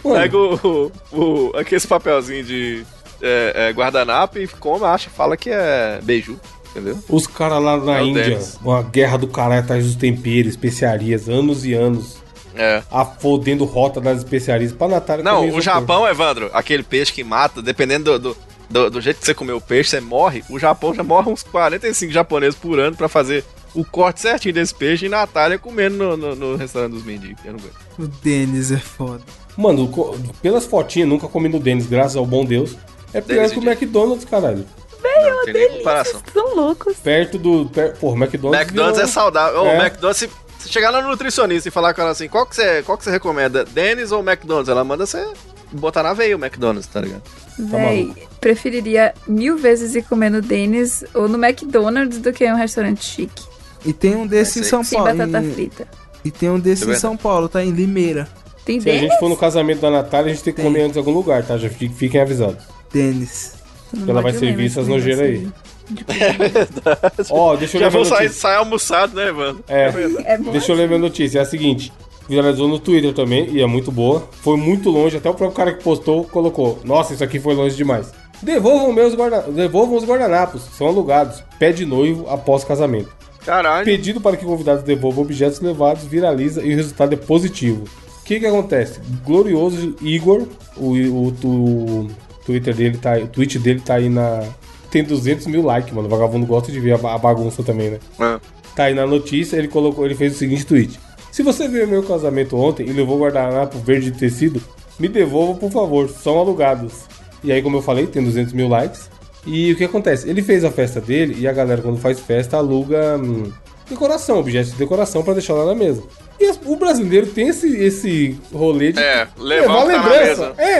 Pega
Mano,
o, o, o- aquele papelzinho de é, é, guardanapo e come, acha, fala que é beiju, entendeu?
os caras lá na
É o
Índia,
Dennis.
uma guerra do caralho atrás dos temperos, especiarias, anos e anos.
É.
A fodendo rota das especiarias. Pra Natália comer
Não, o
isopor.
Japão, Evandro, aquele peixe que mata, dependendo do, do, do- do jeito que você comeu o peixe, você morre. O Japão já morre uns 45 japoneses por ano pra fazer o corte certinho desse peixe e Natália comendo no, no- no restaurante dos mendigos. Eu não aguento.
o Denis é foda.
Mano, co- pelas fotinhas, nunca comi no Dennis, graças ao bom Deus. É pior
Dennis
que o
e Jay.
McDonald's, caralho.
não tem nem comparação.
Vocês são loucos.
Perto do. Per, pô, McDonald's.
McDonald's
virou-
é saudável. Ô,
É.
McDonald's, se, se chegar lá no nutricionista e falar com ela assim, qual que você, qual que você recomenda, Dennis ou McDonald's? Ela manda você botar na veia o McDonald's, tá ligado?
Véi, preferiria mil vezes ir comer no Dennis ou no McDonald's do que em um restaurante chique.
E tem um desse em
Esse
São
Sem
Paulo.
batata
em-
frita.
e tem um desse
É
em
verdade.
São Paulo, tá? Em Limeira.
Tem
Se a
Dennis?
gente for no casamento da Natália, a gente tem que
Tem.
comer antes em algum lugar, tá? Já fi- fiquem avisados.
Denis.
Não
ela vai
pode
servir
mesmo,
essas
não
nojeiras
pode
aí.
servir.
Ó, deixa eu
Já
ler minha
vou sair,
notícia.
sair almoçado, né, Evandro?
É,
É bom.
deixa eu ler minha notícia. É a seguinte: viralizou no Twitter também, e é muito boa. Foi muito longe, até o próprio cara que postou colocou: Nossa, isso aqui foi longe demais. Devolvam meus guarda... Devolvam os guardanapos, são alugados. Pede noivo após casamento.
Caralho.
Pedido para que convidados devolvam objetos levados, viraliza e o resultado é positivo. O que que acontece? Glorioso Igor, o, o, tu- Twitter dele tá, o tweet dele tá aí na... Tem 200 mil likes, mano. O vagabundo gosta de ver a, ba- a bagunça também, né?
Ah.
Tá aí na notícia, ele colocou, ele fez o seguinte tweet. Se você viu meu casamento ontem e levou guardanapo verde de tecido, me devolva, por favor, são alugados. E aí, como eu falei, tem 200 mil likes. E o que acontece? Ele fez a festa dele e a galera, quando faz festa, aluga hum, decoração, objetos de decoração pra deixar lá na mesa. E as- o brasileiro tem esse, esse rolê de
É, levar o que tá na mesa.
É,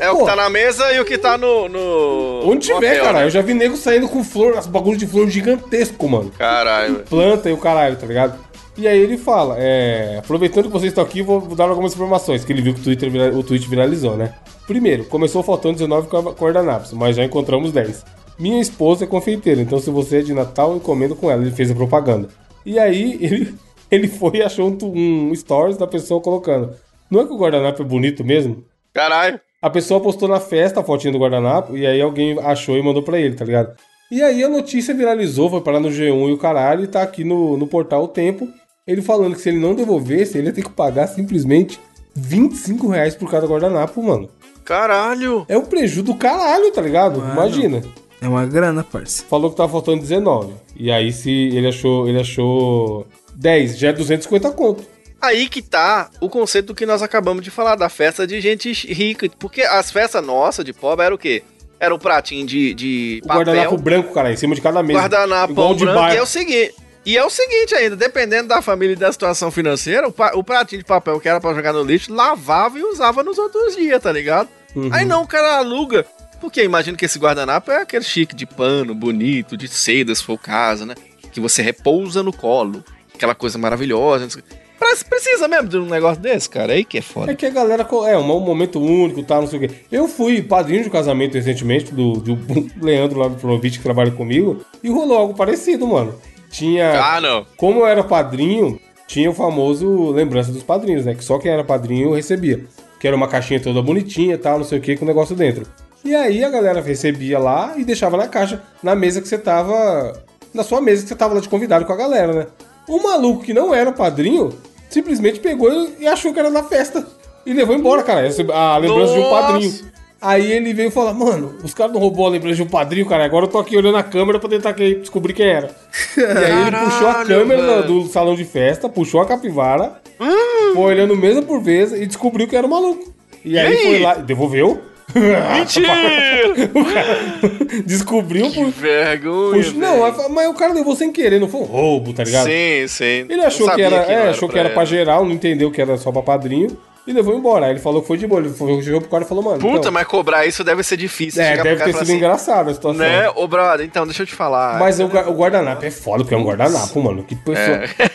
É o
Pô,
que tá na mesa e o que tá no. no
Onde
no
tiver,
hotel,
cara.
né?
Eu já vi nego saindo com flor, as bagulhos de flor gigantesco, mano
Caralho, velho.
planta e o caralho, tá ligado? E aí ele fala, é, aproveitando que vocês estão aqui, vou vou dar algumas informações, que ele viu que o, Twitter vira- o tweet viralizou, né? Primeiro, começou faltando 19 cor- guardanapos, mas já encontramos 10. Minha esposa é confeiteira, então se você é de Natal, encomendo com ela. Ele fez a propaganda. E aí ele, ele foi e achou um, tu- um stories da pessoa colocando. Não é que o guardanapo é bonito mesmo?
Caralho.
A pessoa postou na festa a fotinha do guardanapo e aí alguém achou e mandou pra ele, tá ligado? E aí a notícia viralizou, foi parar no G1 e o caralho, e tá aqui no, no portal O Tempo, ele falando que se ele não devolvesse, ele ia ter que pagar simplesmente 25 reais por cada guardanapo, mano.
Caralho.
É um prejuízo do caralho, tá ligado? Imagina.
É uma grana, parça.
Falou que tava faltando 19. E aí se ele achou, ele achou 10, já é 250 conto.
Aí que tá o conceito do que nós acabamos de falar, da festa de gente rica. Porque as festas nossas de pobre era o quê? Era um pratinho de, de
O guardanapo
papel,
branco, cara, em cima de cada mesa.
guardanapo
Igual de
branco.
bar.
E é o seguinte. E é o seguinte ainda, dependendo da família e da situação financeira, o, pa- o pratinho de papel que era pra jogar no lixo, lavava e usava nos outros dias, tá ligado?
Uhum.
Aí não, o cara aluga. Porque imagino que esse guardanapo é aquele chique de pano, bonito, de seda, se for o caso, né? Que você repousa no colo. Aquela coisa maravilhosa. não sei o quê. Parece- Precisa mesmo de um negócio desse, cara? Aí que é
É
foda.
que a galera. co- É, um, um momento único, tá? Não sei o quê. Eu fui padrinho de casamento recentemente do, do Leandro lá do Provit, que trabalha comigo, e rolou algo parecido, mano. Tinha.
Ah, não.
Como eu era padrinho, tinha o famoso lembrança dos padrinhos, né? Que só quem era padrinho recebia. Que era uma caixinha toda bonitinha e tal, não sei o que, com o negócio dentro. E aí a galera recebia lá e deixava na caixa, na mesa que você tava. Na sua mesa que você tava lá de convidado com a galera, né? O maluco que não era padrinho simplesmente pegou e achou que era da festa. E levou embora, cara. Essa- A lembrança de um
Nossa!
padrinho. Aí ele veio falar, mano, os caras não roubou a lembrança de um padrinho, cara. Agora eu tô aqui olhando a câmera pra tentar que- descobrir quem era. E aí ele puxou a
Caralho,
câmera do-
mano.
do salão de festa, puxou a capivara,
Hum.
foi olhando mesa por vez e descobriu que era o maluco. E aí,
aí?
foi lá, devolveu.
Mentira!
O cara descobriu por.
Vergonha.
puxou- não,
velho.
mas- mas o cara levou sem querer, não foi um roubo, tá ligado?
Sim, sim.
Ele achou
Eu
que
sabia
era,
não
é, achou que era pra
ele. né?
geral, não entendeu que era só pra padrinho e levou embora. Aí ele falou que foi de boa, ele foi, chegou pro cara e falou, mano.
Puta,
então,
mas cobrar isso deve ser difícil.
É,
chegar pro
deve
cara
ter
e
sido
falar assim,
engraçado a situação.
Né, ô brother, então deixa eu te falar.
Mas o, gua- o guardanapo é foda, porque é um guardanapo, mano. Que
É.
pessoa.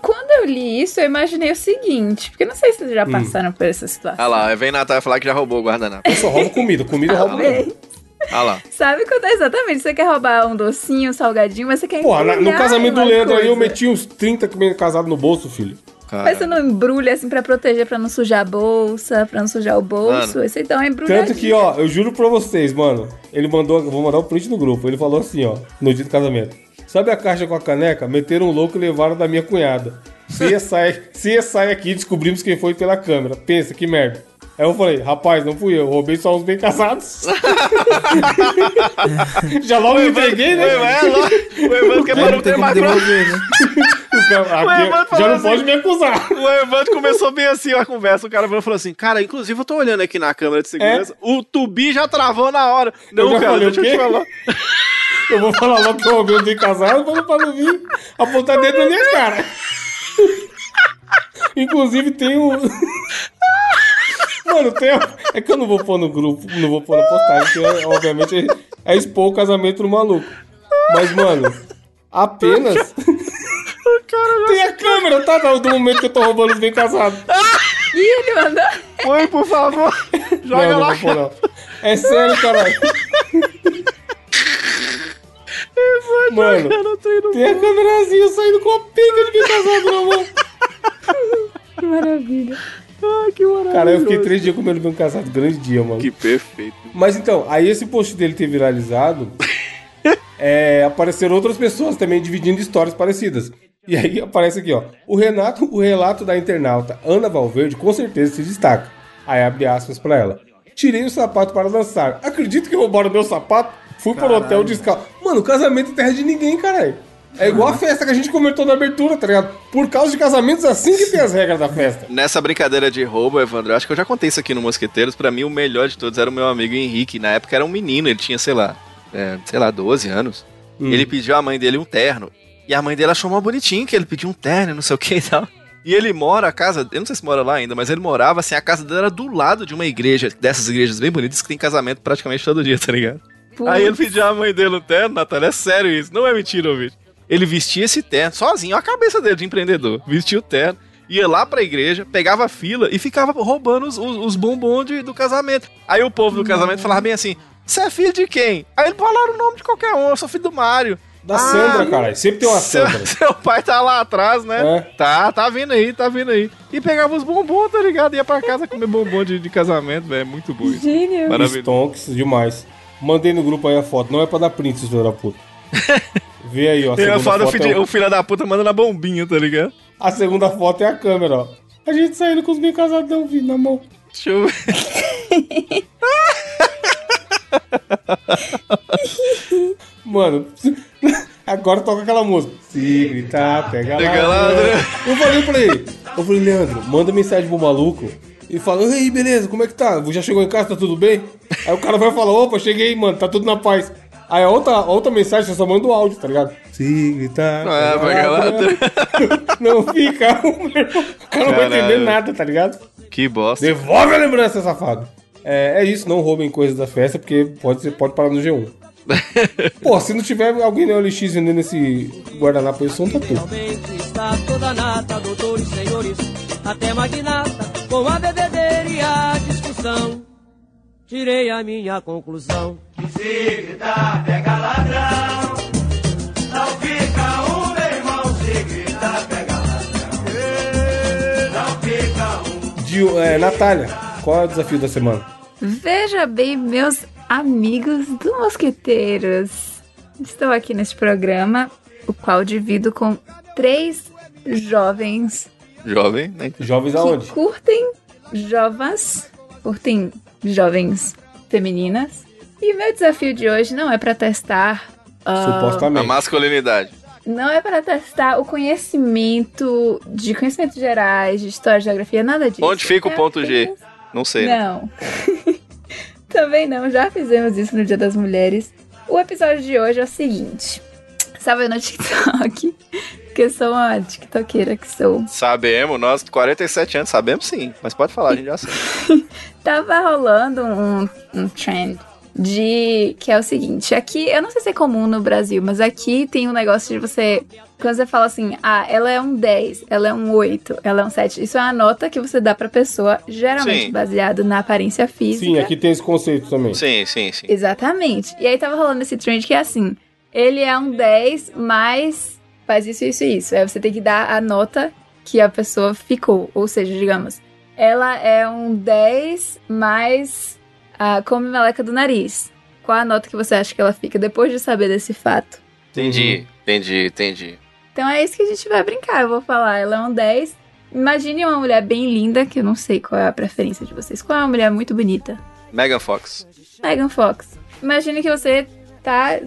Quando eu li isso, eu imaginei o seguinte, porque eu não sei se vocês
Hum.
já passaram por essa situação.
Ah lá, vem Natal falar que já roubou o guardanapo.
Eu só roubo comida, comida eu roubo mesmo.
Ah lá.
Sabe quando é exatamente? Você quer roubar um docinho, um salgadinho, mas você quer
Porra, na- no
embrulhar
casamento do
uma
Leandro aí eu
coisa.
meti uns 30 que meio casado no bolso, filho.
Mas
Cara.
você não embrulha assim pra proteger, pra não sujar a bolsa, pra não sujar o bolso.
Mano.
Esse então é embrulhadinho.
Tanto que, ó, eu juro pra vocês, mano. Ele mandou, eu vou mandar o print no grupo. Ele falou assim, ó, no dia do casamento. Sabe a caixa com a caneca? Meteram um louco e levaram da minha cunhada. Se sai, se sai aqui, descobrimos quem foi pela câmera. Pensa, que merda. Aí eu falei, rapaz, não fui eu, roubei só uns bem casados. Já logo me entreguei, né?
O Evandro, o Evandro quer
Aí
para
não
o
tem
tema
como
grosso.
devolver, né?
O cara- aqui,
mano,
já não
falou
pode me acusar.
O Evandro começou bem assim ó, a conversa. O cara virou e falou assim: Cara, inclusive eu tô olhando aqui na câmera de segurança. O Tubi já travou na hora.
É? Eu
Não,
já
cara,
falei,
deixa
o
eu
quê?
te falar.
Eu vou falar logo que eu roubei de casado pra, pra não vir apontar dedo na minha cara. Inclusive tem o. Mano, tem. a- É que eu não vou pôr no grupo, não vou pôr na postagem, porque é, obviamente é, é expor o casamento do maluco. Mas, mano, apenas. Tem a câmera, tá? Do do momento que eu tô roubando os bem casados.
Ih, ele mandou.
Mãe, por favor, joga
não, não
lá.
vou pôr, não. É sério, caralho. Mano, tem a câmerazinha saindo com a pinga de mim casado na mão.
Que maravilha.
Ah, que maravilha.
Cara, eu fiquei três dias comendo bem um casado. Grande dia, mano.
Que perfeito.
Mas então, aí esse post dele ter viralizado, é, apareceram outras pessoas também dividindo histórias parecidas. E aí aparece aqui, ó. O Renato, o relato da internauta Ana Valverde com certeza se destaca. Aí abre aspas pra ela. Tirei o sapato para dançar. Acredito que roubaram meu sapato? Fui para o
Caralho.
hotel descalço. Mano, casamento é terra de ninguém, caralho. É igual a festa que a gente comentou na abertura, tá ligado? Por causa de casamentos assim que tem as regras da festa.
Nessa brincadeira de roubo, Evandro, eu acho que eu já contei isso aqui no Mosqueteiros. Pra mim, o melhor de todos era o meu amigo Henrique. Na época era um menino, ele tinha, sei lá, é, sei lá, 12 anos. Ele pediu à mãe dele um terno. E a mãe dele achou mó bonitinho que ele pediu um terno, e não sei o que e tal. E ele mora, a casa, eu não sei se mora lá ainda, mas ele morava assim, a casa dele era do lado de uma igreja, dessas igrejas bem bonitas que tem casamento praticamente todo dia, tá ligado? Aí ele pediu a mãe dele um terno, Natália, é sério isso, não é mentira, ouvinte. Ele vestia esse terno, sozinho, olha a cabeça dele de empreendedor, vestia o terno, ia lá pra igreja, pegava a fila e ficava roubando os, os, os bombons de- do casamento. Aí o povo do casamento falava bem assim, você é filho de quem? Aí ele falaram o nome de qualquer um, eu sou filho do Mário.
Da Sandra, caralho. Sempre tem uma
Seu,
Sandra.
seu pai tá lá atrás, né?
É.
Tá, tá vindo aí, tá vindo aí. E pegava os bombons, tá ligado? Ia pra casa comer bombom de, de casamento, velho. é Muito bom isso.
Gênio.
Maravilhoso.
Stonks, demais. Mandei no grupo aí a foto. Não é pra dar print, filho da puta. Vê aí, ó. A
E eu
segunda,
falo, o
foto
filho,
é
de-
o-
o filho da puta manda na bombinha, tá ligado?
a segunda foto é a câmera, ó. A gente saindo com os bem casadão, filho, na mão.
Deixa eu ver.
Mano, agora toca aquela música. Se gritar, pega,
Pega
lá.
ladrão.
Eu falei pra ele. Eu falei, Leandro, manda mensagem pro maluco. E fala, ei, beleza, como é que tá? Já chegou em casa, tá tudo bem? Aí o cara vai falar, opa, cheguei, mano, tá tudo na paz. Aí a outra, a outra mensagem, você só manda o áudio, tá ligado? Se gritar,
Ah, pega ladrão.
Não fica, o cara não vai
Caralho.
entender nada, tá ligado?
Que bosta.
Devolve a lembrança, safado. É, é isso, não roubem coisas da festa, porque pode, ser- pode parar no G1. Pô, se não tiver alguém na OLX vendendo esse guardanapo, aí, eu sou um tatu.
Realmente está toda nata, doutores, senhores, até magnata, com a bebedeira e a discussão. Tirei a minha conclusão.
De, é, Natália, qual é o desafio da semana?
Veja bem, meus amigos do Mosqueteiros. Estou aqui neste programa, o qual divido com três jovens
Jovem, né?
Jovens
que
aonde?
curtem jovens, curtem jovens femininas. E meu desafio de hoje não é para testar, ah,
A
Supostamente.
masculinidade.
não é para testar o conhecimento de conhecimentos gerais, de história, geografia, nada disso.
Onde fica o
É
ponto G?
apenas-
Não sei. né?
não. Também não, já fizemos isso no Dia das Mulheres. O episódio de hoje é o seguinte. Salve eu no TikTok, porque eu sou uma tiktokeira que sou.
Sabemos, nós 47 anos, sabemos sim. Mas pode falar, a gente já sabe.
Tava rolando um, um trend de... que é o seguinte. Aqui, eu não sei se é comum no Brasil, mas aqui tem um negócio de você... Quando você fala assim, ah, ela é um 10, ela é um 8, ela é um 7. Isso é uma nota que você dá pra pessoa, geralmente
Sim.
baseado na aparência física.
Sim, aqui tem esse conceito também.
Sim, sim, sim.
Exatamente. E aí tava rolando esse trend que é assim: ele é um 10, mas faz isso, isso e isso. Aí você tem que dar a nota que a pessoa ficou. Ou seja, digamos, ela é um 10, mas ah, come meleca do nariz. Qual a nota que você acha que ela fica depois de saber desse fato?
Entendi, entendi, entendi.
Então é isso que a gente vai brincar. Eu vou falar, ela é um 10. Imagine uma mulher bem linda, que eu não sei qual é a preferência de vocês. Qual é uma mulher muito bonita?
Megan Fox.
Megan Fox. Imagine que você tá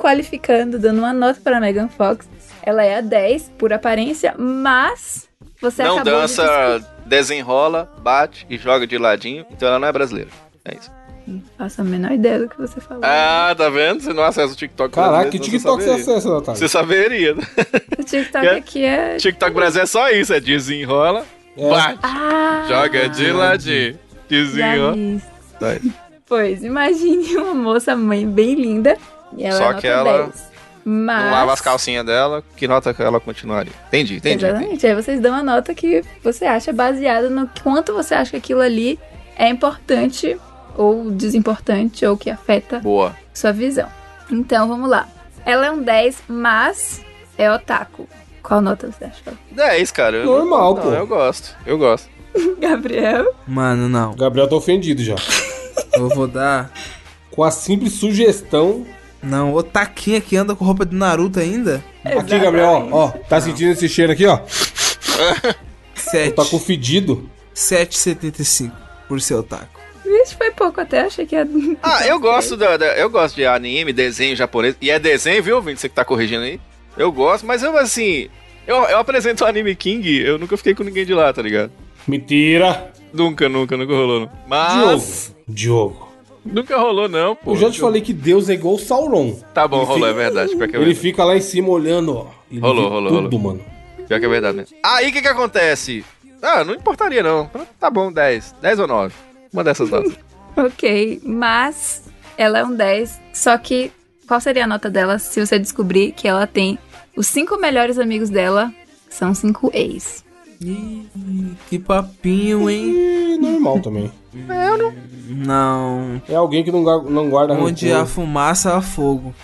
qualificando, dando uma nota para Megan Fox. Ela é a 10 por aparência, mas você
não
acabou
dança,
de
desenrola, bate e joga de ladinho. Então ela não é brasileira. É isso.
descobrir. Faço a menor ideia do que você falou.
Ah, tá vendo? Você não acessa o TikTok
Caraca,
brasileiro,
que
senão
TikTok você
saberia.
acessa, Natália?
Você saberia. né?
O TikTok
é-
aqui é
TikTok brasileiro é só isso. É desenrola,
É.
bate,
Ah,
joga de ladinho.
já
Desenrola.
vi isso.
Tá aí.
Pois, imagine uma moça mãe bem linda e ela
Só
é nota
que ela
10. Mas
Não lava as calcinhas dela, que nota que ela continuaria. Entendi, entendi. entendi.
Exatamente. Aí vocês dão a nota que você acha baseada no quanto você acha que aquilo ali é importante ou desimportante ou que afeta
Boa.
sua visão. Então vamos lá. Ela é um 10, mas é otaku. Qual nota você acha?
10, É cara. Eu-
Normal,
não,
pô.
é
Eu gosto, eu gosto.
Gabriel?
Mano, não.
Gabriel tá ofendido já.
Eu vou dar.
Com a simples sugestão.
Não, o Taquinha que anda com roupa do Naruto ainda?
Aqui, Gabriel, ó, ó, tá sentindo esse cheiro aqui, ó. Tá com
7.
fedido.
7,75 por seu taco.
Vixe, foi pouco até, achei que ia.
Ah, eu gosto da, da- eu gosto de anime, desenho japonês. E é desenho, viu, ouvinte, você que tá corrigindo aí? Eu gosto, mas eu assim, eu, eu apresento o anime King, eu nunca fiquei com ninguém de lá, tá ligado?
Mentira.
Nunca, nunca, nunca rolou. Não. Mas
Diogo. Diogo.
nunca rolou não, pô.
Eu já te falei que Deus é igual o Sauron.
Tá bom,
Ele
rolou, é
fica-
verdade. Pior que é
Ele
verdade.
fica lá em cima olhando, ó. Ele
Rolou,
vê
rolou,
tudo, mano.
Pior que é verdade mesmo. Aí o que que acontece? Ah, não importaria não. Tá bom, 10. 10 ou 9. Uma dessas notas.
Ok, mas ela é um 10. Só que qual seria a nota dela se você descobrir que ela tem os cinco melhores amigos dela, que são cinco ex?
Ih, que papinho, hein?
E normal também.
Não.
É alguém que não, ga- não
Tá
guarda
Onde há
rancor.
fumaça, há fogo.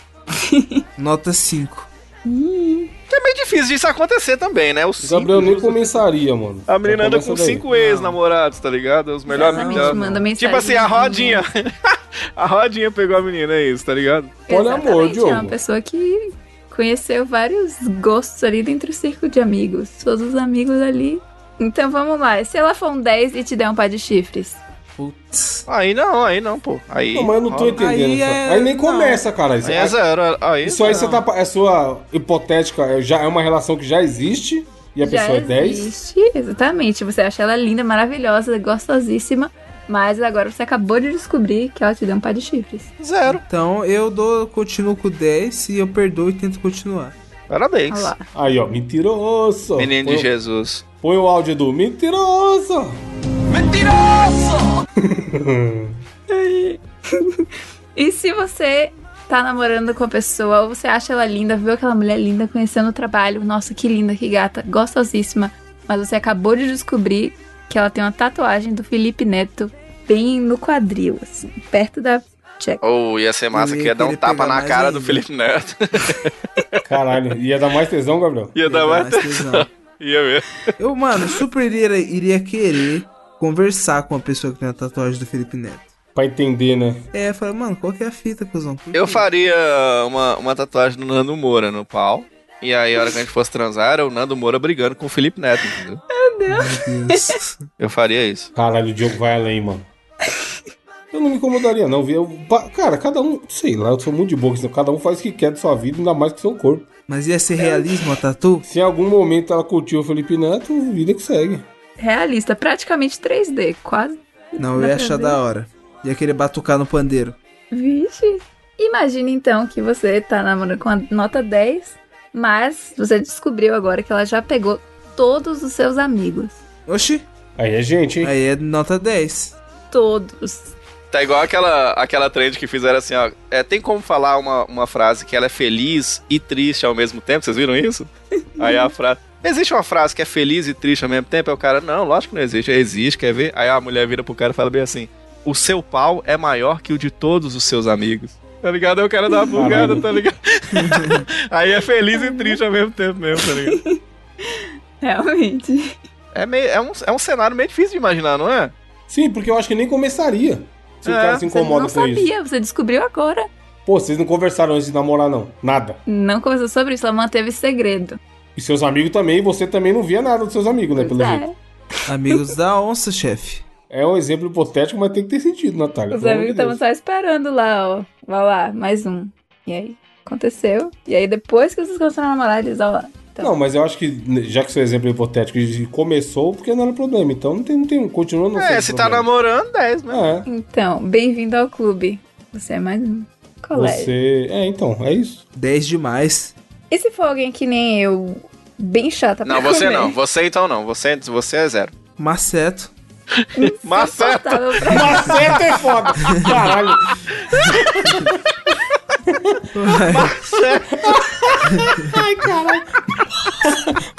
Nota 5.
É meio difícil disso acontecer também, né? O
O Gabriel nem
cinco-
começaria, mano.
A menina
Já
anda
começa
com
daí.
cinco ex-namorados, tá ligado? Os melhores
Exatamente,
amigos dela.
manda mensagem.
Tipo assim, a rodinha. a rodinha pegou a menina, é isso, tá ligado?
Olha, amor,
Exatamente, É
Diogo.
uma pessoa que conheceu vários gostos ali dentro do círculo de amigos. Todos os amigos ali. Então vamos lá. Se ela for um 10 e te der um par de chifres.
Putz.
Aí não, aí não, pô. Aí.
Não, mas eu não tô
rola.
entendendo.
Aí
Aí,
é-
aí nem
não.
começa, cara. Isso
Aí é zero. Aí
Isso aí
não.
você tá. pa- É sua hipotética, é, já, é uma relação que já existe e a pessoa é 10.
existe, exatamente. Você acha ela linda, maravilhosa, gostosíssima. Mas agora você acabou de descobrir que ela te deu um par de chifres.
Zero.
Então eu dou, continuo com 10 e eu perdoo e tento continuar.
Parabéns.
Olha lá.
Aí, ó, mentiroso.
Menino
põe,
de Jesus.
põe o áudio do mentiroso.
E se você tá namorando com a pessoa, ou você acha ela linda, viu aquela mulher linda conhecendo o trabalho, nossa, que linda, que gata, gostosíssima, mas você acabou de descobrir que ela tem uma tatuagem do Felipe Neto bem no quadril, assim, perto da check.
Ou ia ser massa que
Queria
ia dar um
querer
tapa
pegar
na
mais
cara
ainda.
do Felipe Neto.
Caralho, ia dar mais tesão, Gabriel.
ia dar mais.
tesão.
Ia mesmo.
Eu, mano, super iria, iria querer conversar com a pessoa que tem a tatuagem do Felipe Neto.
Pra entender, né?
É, eu falei, mano, qual que é a fita, cuzão? Por
Eu
quê?
faria uma, uma tatuagem do Nando Moura no pau. E aí, a hora que a gente fosse transar, era o Nando Moura brigando com o Felipe Neto, entendeu?
Meu Deus.
Eu faria isso.
Caralho, o Diogo vai além, mano. Eu não me incomodaria, não, viu? Eu- pa- Cara, cada um, sei lá, eu sou muito de boa, com isso, cada um faz o que quer de sua vida, ainda mais que seu corpo.
Mas ia ser realismo a tatu?
Se em algum momento ela curtiu o Felipe Neto, vida que segue.
Realista, praticamente 3D, quase.
Não,
Dá
eu ia
pra
achar
ver.
da hora. Ia querer batucar no pandeiro.
Vixe. Imagina então que você tá namorando com a nota 10, mas você descobriu agora que ela já pegou todos os seus amigos.
Oxi,
Aí é gente, hein?
aí é nota 10.
Todos.
Tá igual aquela, aquela trend que fizeram assim, ó. É, tem como falar uma, uma frase que ela é feliz e triste ao mesmo tempo? Vocês viram isso? Aí a frase. Existe uma frase que é feliz e triste ao mesmo tempo? Aí o cara, não, lógico que não existe. Existe, quer ver? Aí a mulher vira pro cara e fala bem assim: O seu pau é maior que o de todos os seus amigos. Tá ligado? Aí o cara dá uma bugada, tá ligado? Aí é feliz e triste ao mesmo tempo mesmo, tá ligado?
Realmente.
É, meio, é, um, é um cenário meio difícil de imaginar, não é?
Sim, porque eu acho que nem começaria. Se o
É,
cara se incomoda
você não
com isso.
sabia, você descobriu agora.
Pô, vocês não conversaram antes de namorar, não. Nada.
Não conversou sobre isso, ela manteve esse segredo.
E seus amigos também, você também não via nada dos seus amigos, né?
Pois
Pelo
é.
jeito.
Amigos da onça, chefe.
É um exemplo hipotético, mas tem que ter sentido, Natália.
Os
pelo amor
amigos
de Deus.
estavam só esperando lá, ó. Vai lá, mais um. E aí, aconteceu. E aí, depois que vocês começaram a namorar, eles, ó lá. Então,
Não, mas eu acho que, né, já que seu exemplo é hipotético, e começou porque não era problema. Então não tem, não tem continua não
É,
sendo
se tá
problema.
namorando, 10, né?
É,
então bem-vindo ao clube. Você é mais um colega.
você. É, então, é isso.
10 demais.
E se for alguém que nem eu, bem chata pra
Não, você
comer?
não. Você então não. Você, você é zero.
Maceto.
Maceta!
Insuportável é pra-
Maceta é foda! Caralho! Ai, caralho!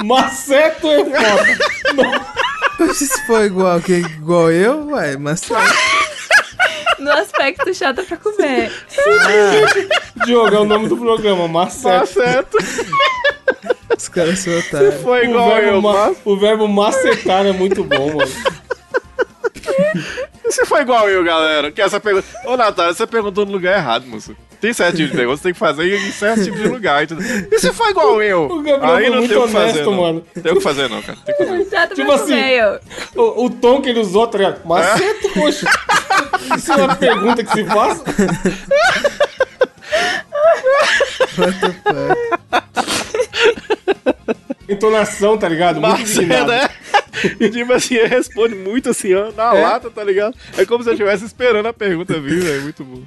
Maceto é foda!
tá. Oxi, se for igual, que, igual eu, ué, maceto.
no aspecto chata pra comer.
Diogo, é o nome do programa, Maceto.
certo.
Os caras são otários.
Foi
O
é igual
verbo,
eu,
ma-
mas...
o verbo macetar é muito bom, mano.
Você foi igual eu, galera. Que essa pergunta... Ô, Natália, você perguntou no lugar errado, moço. Tem certo tipo de pergunta, você tem que fazer em certo tipo de lugar. entendeu? E se for igual eu?
O Gabriel
Aí
foi
não
muito
tem o que fazer,
honesto,
não.
mano.
Tem o que fazer, não, cara. Tem que fazer.
Chata
Tipo
pra
assim.
comer, eu.
O, o tom que ele usou, tá ligado?
É?
Maceto, poxa. Isso é uma pergunta que se faz? Entonação, tá ligado? Muito
Mas,
indignado.
né? Tipo assim, ele responde muito assim, ó, na lata, tá ligado? É como se eu estivesse esperando a pergunta vir, velho. Muito bom.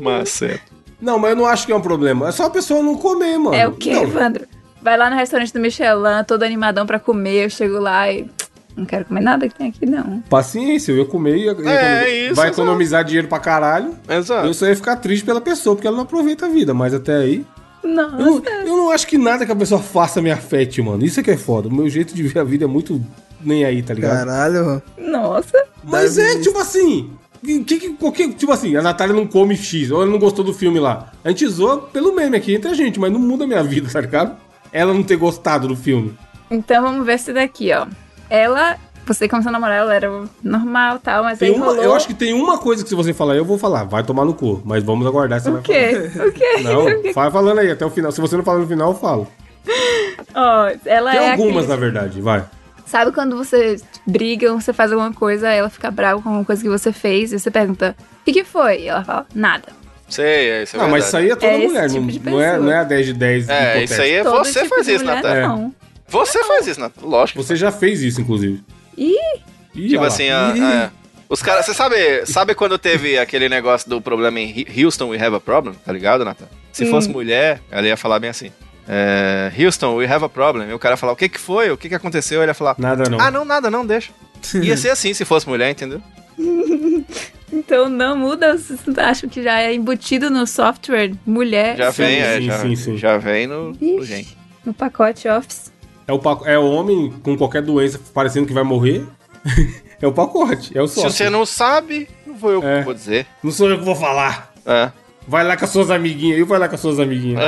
Maceto.
Não, mas eu não acho que é um problema. É só a pessoa não comer, mano.
É o quê,
Não.
Evandro? Vai lá no restaurante do Michelin, todo animadão pra comer, eu chego lá e. Não quero comer nada que tem aqui, não.
Paciência, eu ia comer e ia, ia
É,
economizar-
isso,
vai
exato. Ah.
economizar dinheiro pra caralho.
Exato.
Eu só ia ficar triste pela pessoa, porque ela não aproveita a vida, mas até aí.
Nossa.
Eu não, eu não acho que nada que a pessoa faça me afete, mano. Isso é que é foda. O meu jeito de ver a vida é muito nem aí, tá ligado?
Caralho,
Nossa.
Mas é, tipo assim. Que, que, qualquer, tipo assim, a Natália não come X, ou ela não gostou do filme lá. A gente zoa pelo meme aqui entre a gente, mas não muda a minha vida, tá ligado? Ela não ter gostado do filme.
Então vamos ver esse daqui, ó. Ela. Você é começou a namorar, ela era normal tal, mas
Tem
aí
uma,
rolou...
eu acho que tem uma coisa que se você falar, eu vou falar, vai tomar no cu, mas vamos aguardar se você
O
vai
quê? O quê? O
falar.
quê?
Não, vai falando aí até o final. Se você não falar no final, eu falo.
Ó, ela
Tem
é
algumas,
aquele-
na verdade, vai.
Sabe quando você briga, você faz alguma coisa, ela fica brava com alguma coisa que você fez, e você pergunta, o que, que foi? E ela fala, nada.
Sei, é, isso é
não, mas isso aí é toda
É esse
mulher,
tipo
não,
de
não é,
pessoa.
não é a 10 de 10
É,
hipotética.
isso aí é
Todo
você
tipo
faz
de
isso,
mulher,
Natália.
Não.
Você faz isso, Natália. Lógico.
Você já fez isso, inclusive.
Ih,
Ih,
Tipo
olha lá.
assim, a- a- os caras. Você sabe, sabe quando teve aquele negócio do problema em Hi- Houston We Have a Problem? Tá ligado, Nathan? Se fosse mulher, ela ia falar bem assim. é, Houston, we have a problem. E o cara ia falar, o que que foi? O que que aconteceu? Ele ia falar,
Nada não.
ah, não, nada, não, deixa. Ia ser assim se fosse mulher, entendeu?
então não muda, vocês acham que já é embutido no software mulher
Já
Sim,
vem, é,
sim,
já,
sim, sim.
já vem no, no
Ixi.
gen.
no pacote Office.
É o, pac- é o homem com qualquer doença parecendo que vai morrer. é o pacote, é o
Se
sócio.
você não sabe, não vou eu
É.
que vou dizer.
Não sou eu que vou falar.
É.
Vai lá com as suas amiguinhas. Eu vai lá com as suas
Ah,
amiguinhas.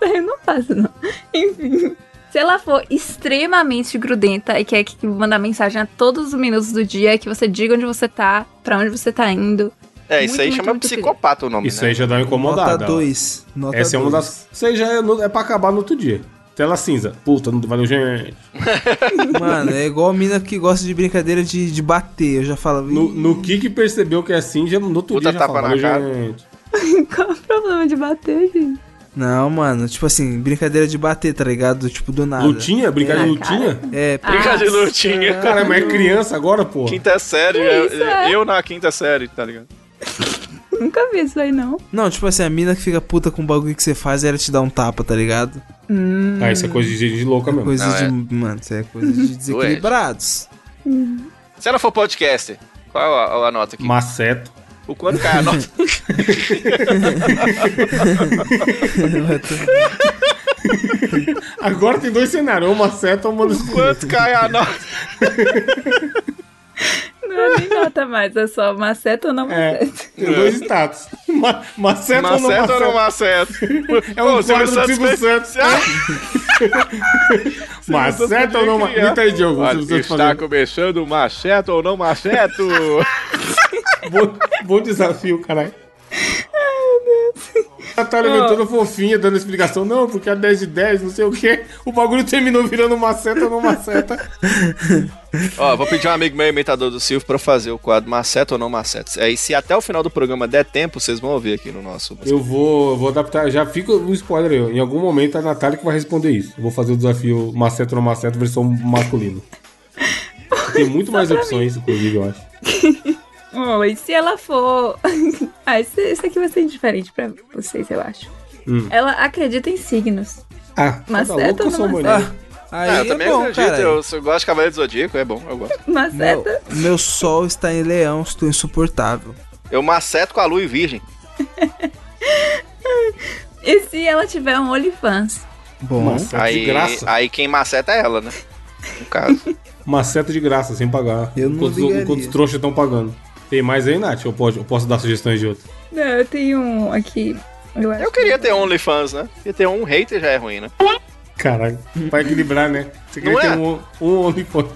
Eu não faço, não. Enfim. Se ela for extremamente grudenta e quer que mandar mensagem a todos os minutos do dia, que você diga onde você tá, pra onde você tá indo.
É, isso
Muito,
aí
muito,
chama
muito
psicopata o nome,
Isso
né?
aí já dá uma
nota
incomodada. ó.
2. Nota
Essa é uma
dois.
das. Isso aí já é, no... é pra acabar no outro dia. Tela cinza. Puta, não valeu, gente.
Mano, é igual a mina que gosta de brincadeira de, de bater. Eu já falava.
No,
"Ih,
no que que percebeu que é assim, já no outro
Puta
dia já
tapa
fala, valeu,
na cara."
gente.
Qual o problema de bater, gente?
Não, mano, tipo assim, brincadeira de bater, tá ligado? Tipo, do nada.
Lutinha? Brincadeira de
É, cara.
lutinha?
É,
Brinca de
Ah,
lutinha.
Cara, mas é criança agora, pô.
Quinta série,
isso,
eu,
é?
eu na quinta série, tá ligado?
Nunca vi isso aí, não.
Não, tipo assim, a mina que fica puta com o bagulho que você faz, ela te dá um tapa, tá ligado?
Ah, isso é coisa de gente louca mesmo.
Coisas
Não, é.
de. Mano, isso é coisa de desequilibrados.
Se ela for podcaster, qual a, a nota aqui?
Maceto.
O quanto cai a nota?
Agora tem dois cenários, ou maceto ou mano.
quanto cai a nota?
Não é nem nota mais, é só maceta ou não
É,
maceta.
tem dois status. Ma maceto, ou não
Maceto ou não
maceto?
maceto?
É um
Pô, Silvio
quadro do Silvio Santos. né? Maceto ou não
podia
maceto?
criar.
Entendi, Diogo. tá o
Olha,
Silvio Santos
está
fazendo.
começando o maceto ou não maceto?
Bom, bom desafio, caralho. Natália
Ó.
veio
Ah.
toda fofinha, dando explicação. Não, porque a 10 de 10, não sei o quê. O bagulho terminou virando maceta ou não maceta.
Ó, vou pedir um amigo meu, imitador do Silvio, pra fazer o quadro maceto ou não maceto. Aí se até o final do programa der tempo, vocês vão ouvir aqui no nosso...
Eu vou, vou adaptar. Já fica um spoiler aí. Em algum momento é a Natália que vai responder isso. Eu vou fazer o desafio maceta ou não maceta, versão masculino. Tem muito mais opções, inclusive, eu acho.
Oh, e se ela for. ah, isso, isso aqui vai ser indiferente pra vocês, eu acho.
Hum.
Ela acredita em signos.
Ah,
Maceta
tá louco, eu
ou
sou
não
mulher.
Aí
Ah, eu
é
também
bom,
acredito,
cara.
eu, eu gosto de Cavaleiro do Zodíaco, é bom, eu gosto.
Meu,
Maceta.
meu sol está em leão, estou insuportável.
Eu maceto com a lua e virgem.
E se ela tiver um OnlyFans?
Bom,
Maceta
aí,
É de graça.
aí quem maceta é ela, né? No caso.
Maceta de graça, sem pagar.
Eu não
enquanto, os-
ligaria.
enquanto os trouxas estão pagando. Tem mais aí, Nath? Eu posso, eu posso dar sugestões de outro?
Não, eu tenho um aqui. Eu, acho
Eu queria ter OnlyFans, né? Porque ter um hater já é ruim, né?
Caralho, pra equilibrar, né? Você queria
Não
ter
é?
um, um OnlyFans.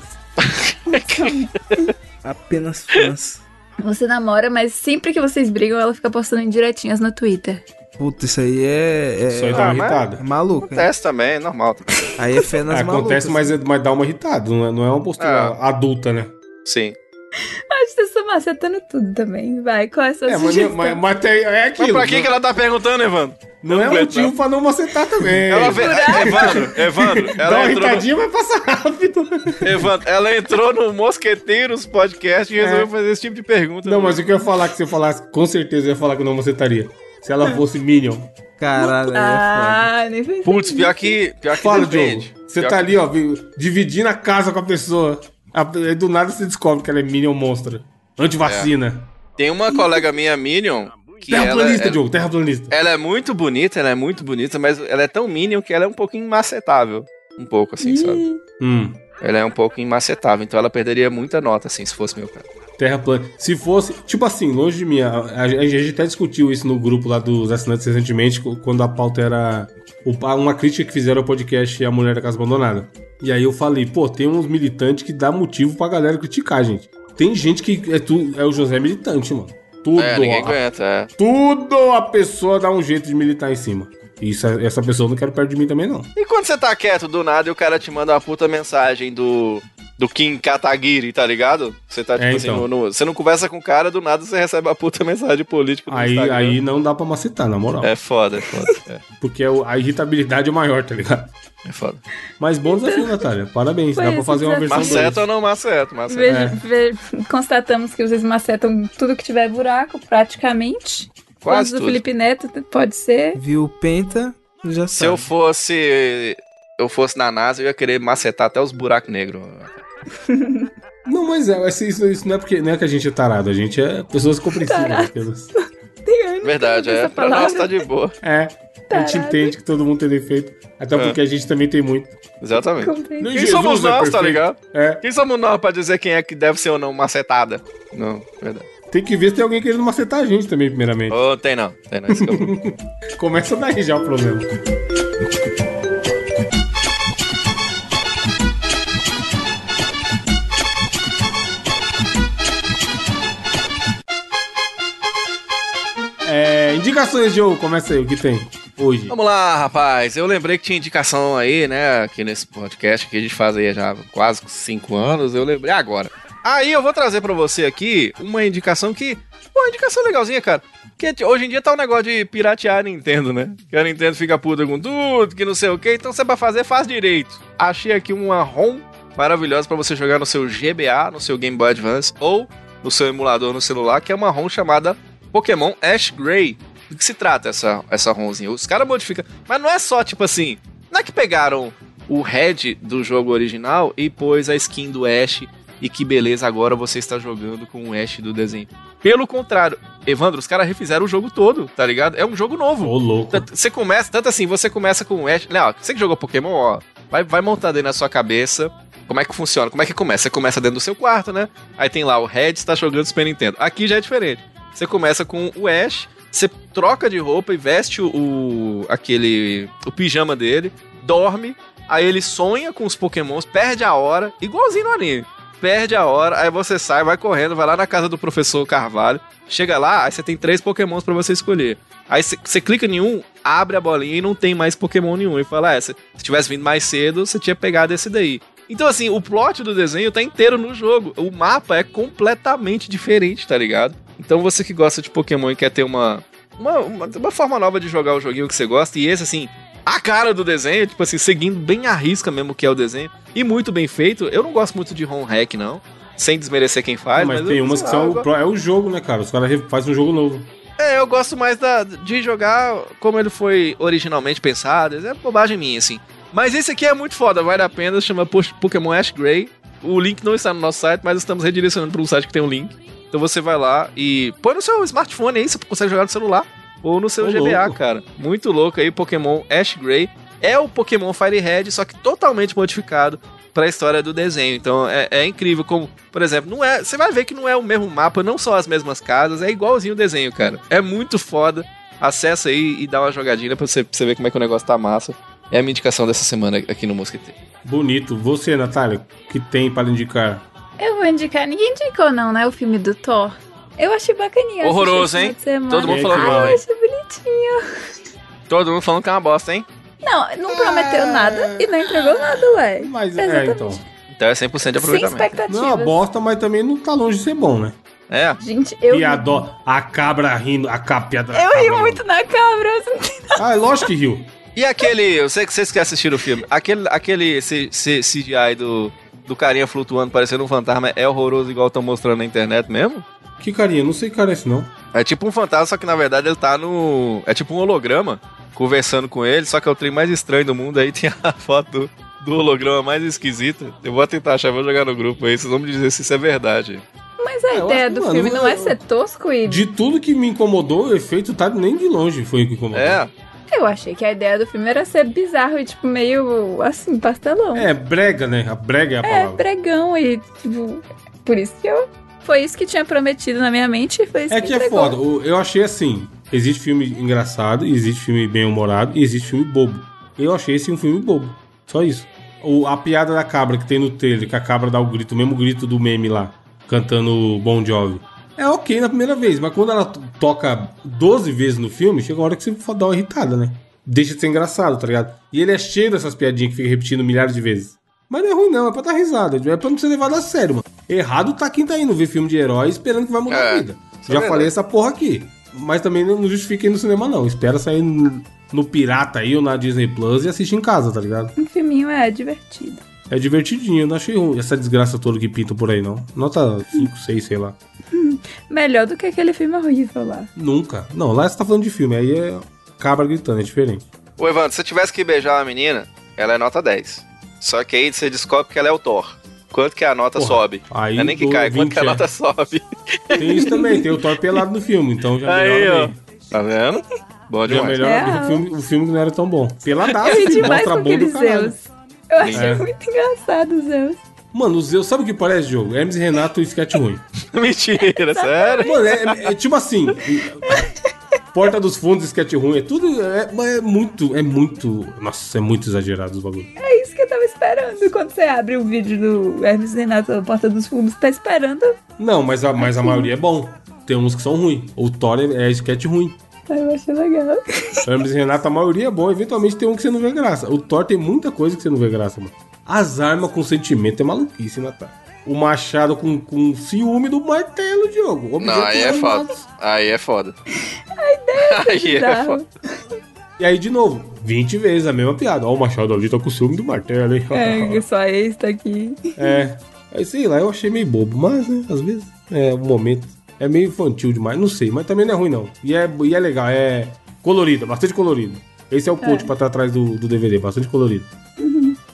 Apenas fãs.
Você namora, mas sempre que vocês brigam, ela fica postando indiretinhas no Twitter.
Puta, isso aí é. é-
Isso aí dá
Ah,
uma
mas-
irritada.
é maluco, hein?
Acontece também, é normal. também.
Aí é fé nas
Acontece,
malucas.
mas, é- mas dá uma irritada, não é, não é uma postura
Ah.
adulta, né?
Sim.
Acho que vocês estão macetando tudo também. Vai, qual é a sua
É, mas,
sugestão?
mas, mas tem- é
Mas
aquilo.
pra que, que
não,
ela tá perguntando, Evandro?
não é
aguento,
motivo pra não macetar também.
Ela ve... Evandro, Evandro,
É dá uma
ela entrou, no...
irritadinha, vai passar rápido.
Evandro, ela entrou no Mosqueteiros Podcast e resolveu fazer esse tipo de pergunta.
É. Não, mas o que eu ia falar que se eu falasse, com certeza eu ia falar que eu não macetaria. Se ela fosse Minion.
Caralho, aí é foda.
né?
Ah, nem pensei.
Putz, pior que. Pior que
Fala, Diogo.
depende.
Você
Pior
tá
que-
ali, ó, vi- dividindo a casa com a pessoa. A- Aí do nada você descobre que ela é Minion monstra. Antivacina.
Tem uma colega minha, Minion, É. que ela, é-
Terraplanista,
ela,
Diogo, terraplanista.
ela é muito bonita, ela é muito bonita, mas ela é tão Minion que ela é um pouco macetável. Um pouco, assim, sabe?
Hum,
Ela é um pouco imacetável, então ela perderia muita nota, assim, se fosse meu cara.
terraplanista. Se fosse, tipo assim, longe de mim, a, a- a gente até discutiu isso no grupo lá dos assinantes recentemente, co- quando a pauta era tipo, o pa- uma crítica que fizeram ao podcast A Mulher da Casa Abandonada. E aí eu falei, pô, tem uns militantes que dá motivo pra galera criticar, gente. Tem gente que é, tu, é o José militante, mano. Tudo,
É, ninguém
ó,
aguenta, é.
Tudo a pessoa dá um jeito de militar em cima. Isso, essa pessoa eu não quero perto de mim também, não.
E quando você tá quieto do nada e o cara te manda uma puta mensagem do. Do Kim Kataguiri, tá ligado? Você tá, tipo
É,
assim,
então.
no, no- você não conversa com o cara, do nada você recebe a puta mensagem política do
Aí,
Instagram.
aí não dá pra macetar, na moral.
É foda, é foda. é,
Porque é o- a irritabilidade é maior, tá ligado?
é foda.
Mas bom
Então.
desafio, Natália. Parabéns.
Foi
dá pra
esse
fazer uma
desafio.
versão
Maceta
certa.
ou não maceta? Maceta.
Veja- ve- constatamos que vocês macetam tudo que tiver buraco, praticamente. Quantos
Quase
do
tudo.
Felipe Neto pode ser.
Viu o Penta, já sabe.
Se
Tá.
eu fosse. Eu fosse na NASA, eu ia querer macetar até os buracos negros.
Não, mas é, esse- isso, isso não é porque não é que a gente é tarado, a gente é pessoas compreensivas.
Tarado.
Apenas.
Tem ano.
Verdade, é.
Essa
Pra
palavra.
nós tá de boa.
É. A gente
Tarado.
entende que todo mundo tem defeito. Até
É.
porque a gente também tem muito.
Exatamente.
Compreendo.
Nem
Quem somos nós, tá
perfeito.
ligado?
É.
Quem somos nós pra dizer quem é que deve ser ou não macetada? Não, verdade.
Tem que ver se tem alguém querendo macetar a gente também, primeiramente.
Ô, tem não. Tem não. Esse que é o problema.
Começa daí já o problema. É, indicações, Joe, começa aí, o que tem hoje?
Vamos lá, rapaz. Eu lembrei que tinha indicação aí, né? Aqui nesse podcast que a gente faz aí já há quase cinco anos. Eu lembrei agora. Aí eu vou trazer pra você aqui uma indicação que. Uma indicação legalzinha, cara. Que hoje em dia tá um negócio de piratear a Nintendo, né? Que a Nintendo fica puta com tudo, que não sei o que. Então você pra fazer, faz direito. Achei aqui uma ROM maravilhosa pra você jogar no seu GBA, no seu Game Boy Advance ou no seu emulador no celular, que é uma ROM chamada Pokémon Ash Gray. Do que se trata essa, essa ROMzinha? Os caras modificam. Mas não é só, tipo assim. Não é que pegaram o head do jogo original e pôs a skin do Ash. E que beleza, agora você está jogando com o Ash do desenho. Pelo contrário, Evandro, os caras refizeram o jogo todo, tá ligado? É um jogo novo.
Ô, louco.
Tanto- Você começa, tanto assim, você começa com o Ash. Não, você que jogou Pokémon, ó, vai, vai montando aí na sua cabeça como é que funciona, como é que começa. Você começa dentro do seu quarto, né? Aí tem lá o Red está jogando Super Nintendo. Aqui já é diferente. Você começa com o Ash, você troca de roupa e veste o, o- aquele o pijama dele, dorme, aí ele sonha com os Pokémons, perde a hora, igualzinho no anime. Perde a hora, aí você sai, vai correndo, vai lá na casa do professor Carvalho, chega lá, aí você tem três Pokémons pra você escolher. Aí você clica em um, abre a bolinha e não tem mais Pokémon nenhum. E fala, é, se se tivesse vindo mais cedo, você tinha pegado esse daí. Então, assim, o plot do desenho tá inteiro no jogo. O mapa é completamente diferente, tá ligado? Então, você que gosta de Pokémon e quer ter uma, uma, uma, uma forma nova de jogar o joguinho que você gosta, e esse, assim, a cara do desenho, tipo assim, seguindo bem a risca mesmo que é o desenho, e muito bem feito. Eu não gosto muito de home hack, não. Sem desmerecer quem faz,
mas
mas
tem
eu-
umas
sei
que
lá, eu
são.
gosto.
o pró- É o jogo, né, cara? Os caras re- fazem um jogo novo.
É, eu gosto mais da- de jogar como ele foi originalmente pensado. É bobagem minha, assim. Mas esse aqui é muito foda, vale a pena. Chama Po- Pokémon Ash Gray. O link não está no nosso site, mas estamos redirecionando para um site que tem um link. Então você vai lá e põe no seu smartphone aí, você consegue jogar no celular ou no seu
Ô,
GBA,
louco.
cara. Muito louco aí, Pokémon Ash Gray. É o Pokémon Fire Red, só que totalmente modificado. pra história do desenho. Então é, é incrível como, por exemplo, não é, você vai ver que não é o mesmo mapa, não são as mesmas casas, é igualzinho o desenho, cara. É muito foda. Acessa aí e dá uma jogadinha pra você, pra você ver como é que o negócio tá massa. É a minha indicação dessa semana aqui no Mosqueteiro.
Bonito. Você, Natália, que tem para indicar?
Eu vou indicar. Ninguém indicou, não, né? O filme do Thor. Eu achei bacaninha. eu
Horroroso,
assisti esse
hein?
fim de semana.
Todo mundo
E aí,
falando
É, que
Ai,
mal,
vai?
eu
hein?
achei bonitinho.
Todo mundo falando que é uma bosta, hein?
Não, não
Ah.
prometeu nada e não entregou nada, ué.
Mas é,
Exatamente.
então.
Então é 100% de
Sem
aproveitamento.
Não é uma
expectativas.
bosta, mas também não tá longe de ser bom, né?
é.
Gente, eu.
E a, dó- a cabra rindo, a capiada.
Eu ri muito na cabra. assim.
Ah, é lógico que riu.
E aquele, eu sei que vocês que assistiram o filme, aquele, aquele C- C- CGI do, do carinha flutuando parecendo um fantasma é horroroso igual estão mostrando na internet mesmo?
Que carinha, não sei que cara é esse, não.
É tipo um fantasma, só que na verdade ele tá no... é tipo um holograma conversando com ele, só que é o trem mais estranho do mundo, aí tem a foto do, do holograma mais esquisita. Eu vou tentar achar, vou jogar no grupo aí, vocês vão me dizer se isso é verdade.
Mas a
eu
ideia
acho que,
do
mano,
filme não é
eu-
ser tosco e.
De tudo que me incomodou, o efeito tá nem de longe foi o que incomodou.
É,
Eu achei que a ideia do filme era ser bizarro e, tipo, meio assim, pastelão.
É, brega, né? A brega é a
É,
palavra.
pregão e tipo, por isso que eu foi isso que tinha prometido na minha mente e foi isso
É, que é
entregou.
foda. O- Eu achei assim: existe filme engraçado, existe filme bem-humorado e existe filme bobo. Eu achei esse um filme bobo. Só isso. O, a piada da cabra que tem no trailer, que a cabra dá o grito, o mesmo grito do meme lá, cantando Bon Jovi. É ok na primeira vez, mas quando ela to- toca 12 vezes no filme, chega uma hora que você dá uma irritada, né? Deixa de ser engraçado, tá ligado? E ele é cheio dessas piadinhas que fica repetindo milhares de vezes. Mas não é ruim, não, é pra dar risada. É pra não ser levado a sério, mano. Errado tá quem tá indo ver filme de herói esperando que vai mudar
É,
a vida.
isso é
Já
verdade.
falei essa porra aqui. Mas também não justifica ir no cinema, não. Espera sair no, no Pirata aí ou na Disney Plus e assiste em casa, tá ligado?
Um filminho é divertido.
É divertidinho, não achei ruim essa desgraça toda que pinta por aí, não. Nota 5, 6, sei lá.
Melhor do que aquele filme horrível lá.
Nunca. Não, lá você tá falando de filme, aí é cabra gritando, é diferente.
Ô, Evandro, se você tivesse que beijar uma menina, ela é nota 10. Só que aí você descobre que ela é o Thor. Quanto que a nota
Porra,
sobe?
aí
não é nem que
do
cai, quanto
20,
que a
é.
nota sobe.
Tem isso também, tem o Thor pelado no filme, então já
Aí,
melhora
ó.
bem.
Tá vendo? Bom
Já
demais.
melhora
É.
bem. o filme, o filme não era tão bom. Peladaço,
Eu ri
filho,
demais com
mostra a bunda
aquele
do caralho.
Zeus. Eu achei
É.
muito engraçado o Zeus.
Mano, o Zeus, sabe o que parece, jogo? Hermes e Renato e sketch ruim.
Mentira, sério?
Mano, é, é tipo assim. Porta dos fundos, sketch ruim, é tudo. É, mas é muito, é muito. Nossa, é muito exagerado os bagulhos.
É isso que eu tava esperando. Quando você abre o vídeo do Hermes e Renato na Porta dos Fundos, você tá esperando.
Não, mas a, mas a maioria é bom. Tem uns que são ruins. O Thor é, é sketch ruim.
Aí Eu achei legal.
Hermes e Renato, a maioria é bom. Eventualmente tem um que você não vê graça. O Thor tem muita coisa que você não vê graça, mano. As armas com sentimento é maluquice, Natal. O machado com, com ciúme do martelo, Diogo. O
Não,
objeto
aí é
não
foda.
mata.
Aí é foda. Aí é
Bizarro.
foda.
E aí, de novo, 20 vezes a mesma piada. Ó, o machado ali tá com ciúme do martelo, hein?
É, só esse tá aqui.
É. Aí, sei lá, eu achei meio bobo, mas, né, às vezes, é o momento. É meio infantil demais, não sei, mas também não é ruim, não. E é, e é legal, é colorido, bastante colorido. Esse é Uhum. o coach pra estar atrás do, do DVD, bastante colorido.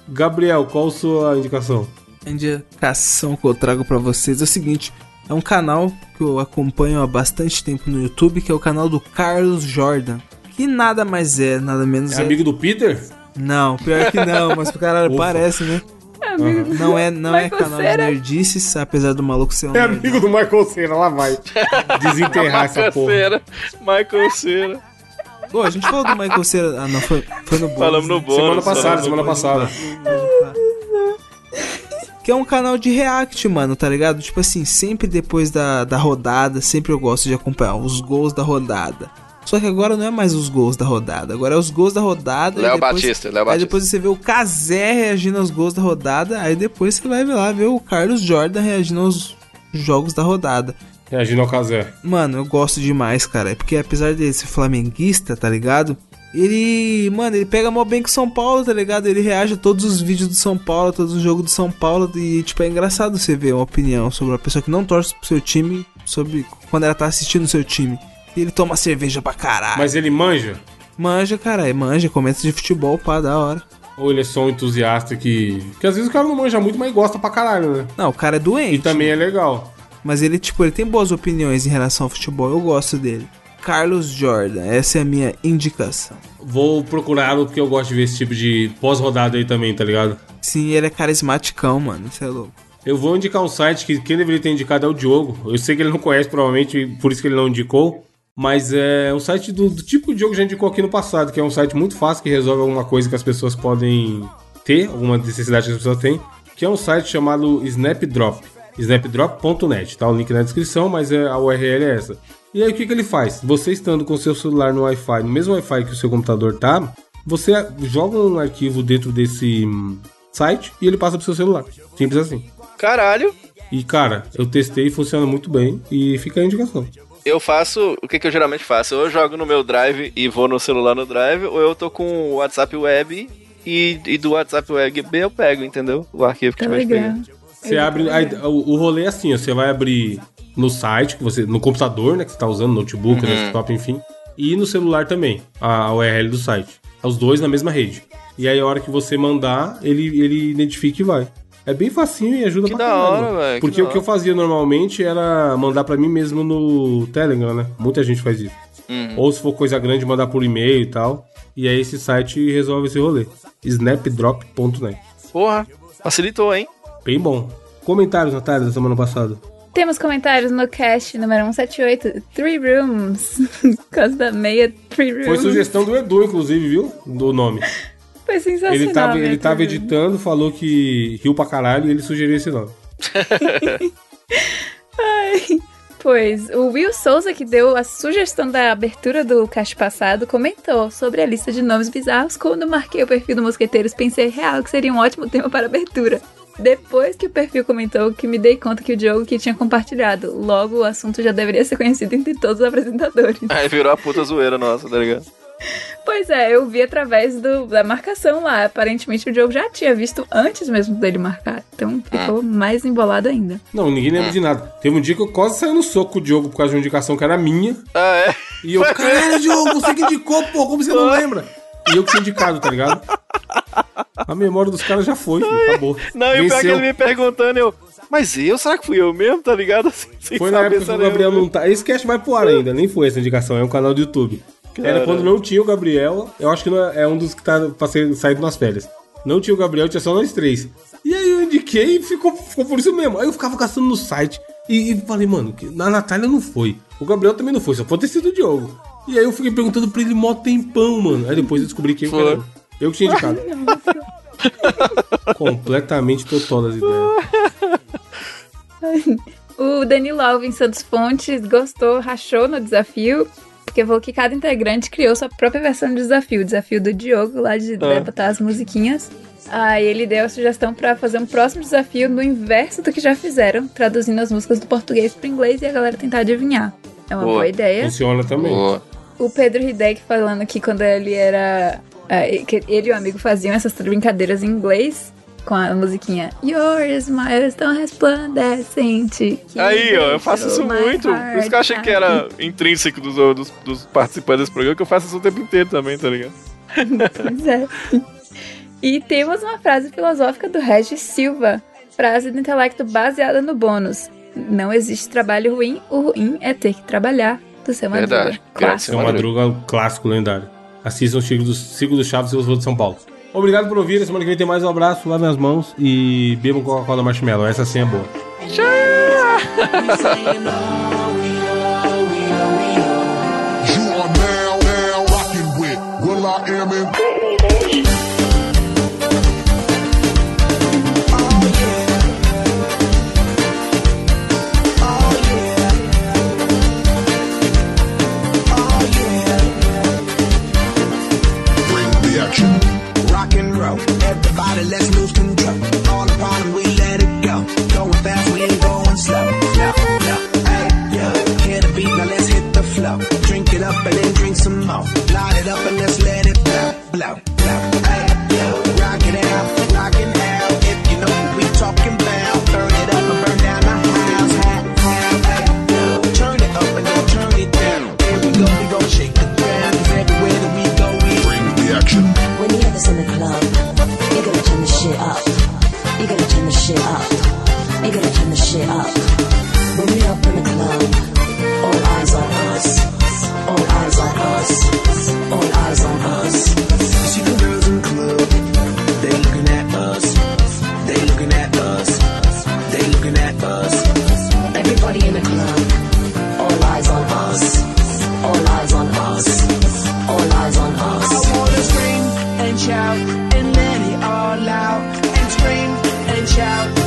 Gabriel, qual sua indicação?
A indicação que eu trago pra vocês é o seguinte: é um canal que eu acompanho há bastante tempo no YouTube, que é o canal do Carlos Jordan. Que nada mais é, nada menos
É
é.
amigo do Peter?
Não, pior que não, mas o cara
Ufa.
parece, né?
Amigo,
Não é, não
Mas
é
você
canal de
era-
nerdices, apesar do maluco ser um
É
nerd.
amigo do Michael Cera, lá vai. Desenterrar essa
Michael
porra.
Cera. Michael Cera.
Ô, a gente falou do Michael Cera. Ah, não, foi, foi no bônus.
Falamos no
né?
bônus.
Semana passada,
falamos no
semana
bônus.
passada.
Que é um canal de react, mano, tá ligado? Tipo assim, sempre depois da, da rodada, sempre eu gosto de acompanhar os gols da rodada. Só que agora não é mais os gols da rodada, agora é os gols da rodada. e
Léo
depois-
Batista, Léo
Aí
Batista.
depois você vê o Kazé reagindo aos gols da rodada, aí depois você vai lá ver o Carlos Jordan reagindo aos jogos da rodada.
Reagindo ao Casé.
Mano, eu gosto demais, cara. É Porque apesar dele ser flamenguista, tá ligado? Ele, mano, ele pega mó bem com São Paulo, tá ligado? Ele reage a todos os vídeos do São Paulo, a todos os jogos do São Paulo. E, tipo, é engraçado você ver uma opinião sobre uma pessoa que não torce pro seu time, sobre quando ela tá assistindo o seu time. E ele toma cerveja pra caralho.
Mas ele manja?
Manja, caralho, manja, comenta de futebol, pá, da hora.
Ou ele é só um entusiasta que. Que às vezes o cara não manja muito, mas gosta pra caralho, né?
Não, o cara é
E
doente.
também é legal.
Mas ele, tipo, ele tem boas opiniões em relação ao futebol. Eu gosto dele. Carlos Jordan, essa é a minha indicação.
Vou procurar porque eu gosto de ver esse tipo de pós-rodada aí também, tá ligado?
assim, ele é carismaticão, mano. Isso é louco.
Eu vou indicar um site que quem deveria ter indicado é o Diogo. Eu sei que ele não conhece, provavelmente, por isso que ele não indicou. Mas é um site do, do tipo que o Diogo já indicou aqui no passado, que é um site muito fácil que resolve alguma coisa que as pessoas podem ter, alguma necessidade que as pessoas têm, que é um site chamado Snapdrop. Snapdrop.net, tá? O link na descrição, mas é, a URL é essa. E aí o que, que ele faz? Você estando com seu celular no Wi-Fi, no mesmo Wi-Fi que o seu computador tá, você joga um arquivo dentro desse hum, site e ele passa pro seu celular. Simples assim.
Caralho,
E cara, eu testei, funciona muito bem e fica a indicação.
eu faço o que, que eu geralmente faço. Ou eu jogo no meu drive e vou no celular no drive, ou eu tô com o WhatsApp web e, e do WhatsApp web eu pego, entendeu? O arquivo
Tá
que tiver de pegar.
Telegram.
Você abre. aí, o, o rolê é assim, ó, você vai abrir no site, que você, no computador, né? Que você tá usando,
Uhum.
notebook, desktop, enfim. E no celular também, a, a URL do site. É Os dois na mesma rede. E aí a hora que você mandar, ele, ele identifica e vai. É bem facinho e ajuda
Que
pra
da
caralho,
hora,
mano.
velho, que
Porque
da
o que eu
hora.
fazia normalmente era mandar pra mim mesmo no Telegram, né? Muita gente faz isso.
Uhum.
Ou se for coisa grande, mandar por e-mail e tal. E aí esse site resolve esse rolê. snapdrop.net.
Porra, facilitou, hein?
Bem bom. Comentários, Natália, da semana passada.
Temos comentários no cast número 178, Three Rooms. Por causa da meia Three Rooms.
Foi sugestão do Edu, inclusive, viu? Do nome.
Foi sensacional.
Ele tava,
né,
ele tava
Three Rooms.
editando, falou que riu pra caralho e ele sugeriu esse nome.
Pois, o Will Souza, que deu a sugestão da abertura do cast passado, comentou sobre a lista de nomes bizarros. Quando marquei o perfil do Mosqueteiros, pensei real que seria um ótimo tema para abertura. Depois que o perfil comentou, que me dei conta que o Diogo que tinha compartilhado. Logo, o assunto já deveria ser conhecido entre todos os apresentadores.
Aí virou a puta zoeira nossa, tá ligado?
Pois é, eu vi através do- da marcação lá. Aparentemente o Diogo já tinha visto antes mesmo dele marcar. Então ficou mais embolado ainda.
Não, ninguém lembra
É.
de nada. Teve um dia que eu quase saí no soco com o Diogo por causa de uma indicação que era minha.
Ah, é?
E eu, caralho, Diogo, você que indicou, pô, como você não lembra? E eu que tinha indicado, tá ligado? A memória dos caras já foi, filho, acabou.
Não, e o pior é que
Venceu.
ele me perguntando, eu. Mas eu? Será que fui eu mesmo, tá ligado? Sem, sem
Foi na
saber
época
se
que o
era eu
Gabriel
mesmo.
não tá. Esse cast vai pro ar ainda, nem foi essa indicação, é um canal do YouTube. Era
Cara.
quando não tinha o Gabriel, eu acho que não é é um dos que tá pra ser saído nas férias. Não tinha o Gabriel, tinha só nós três. E aí eu indiquei e ficou, ficou por isso mesmo. Aí eu ficava caçando no site e, e falei, mano, que na Natália não foi. O Gabriel também não foi, só pode ter sido o Diogo. E aí eu fiquei perguntando pra ele mó tempão, mano. Aí depois eu descobri que eu,
Foi.
eu que tinha indicado. Completamente total das ideias.
O Danilo Alves Santos Fontes gostou, rachou no desafio, porque falou que cada integrante criou sua própria versão do desafio, o desafio do Diogo lá de botar as musiquinhas. Aí ele deu a sugestão pra fazer um próximo desafio no inverso do que já fizeram, traduzindo as músicas do português pro inglês e a galera tentar adivinhar. É uma
Boa.
boa ideia.
Funciona também.
Boa.
O Pedro Hideg falando que quando ele era. eh, que Ele e o amigo faziam essas brincadeiras em inglês com a musiquinha Your smile is tão resplandecente. que
Aí, ó, eu faço isso
deixou my
muito. Por isso que eu achei que era intrínseco dos, dos, dos participantes desse programa, que eu faço isso o tempo inteiro também, tá ligado?
Pois é. E temos uma frase filosófica do Regis Silva. Frase do intelecto baseada no bônus. Não existe trabalho ruim, o ruim é ter que trabalhar. Do seu Madruga.
Verdade. Grande
Seu Madruga, um clássico lendário. Assistam o Ciclo do, Ciclo do Chaves e os Voos de São Paulo. Obrigado por ouvir. Semana que vem tem mais um abraço. Lavem as mãos e bebam Coca-Cola Marshmallow. Essa sim é boa.
You are now, now rocking with Will I Am and bring the action.
rock and roll. Everybody, let's lose control. All the problem, we let it go. Going fast, we ain't going slow. No, no, hey, yo. Hear the beat, now let's hit the flow. Drink it up and then drink some more. Light it up and let's let it blow, blow, blow. Hey, yo. Rock it out, rock it out. If you know what we talking about, burn it up and burn down the house. Ha, ha, hey, yo. Turn it up and then turn it down. Here we go, we gon' shake the ground. 'Cause everywhere that we go, we
Bring the action.
When you hear this in the club, you're gonna turn the shit up.
shout and let it all out and scream and shout oh, oh,
Oh, Oh, Oh,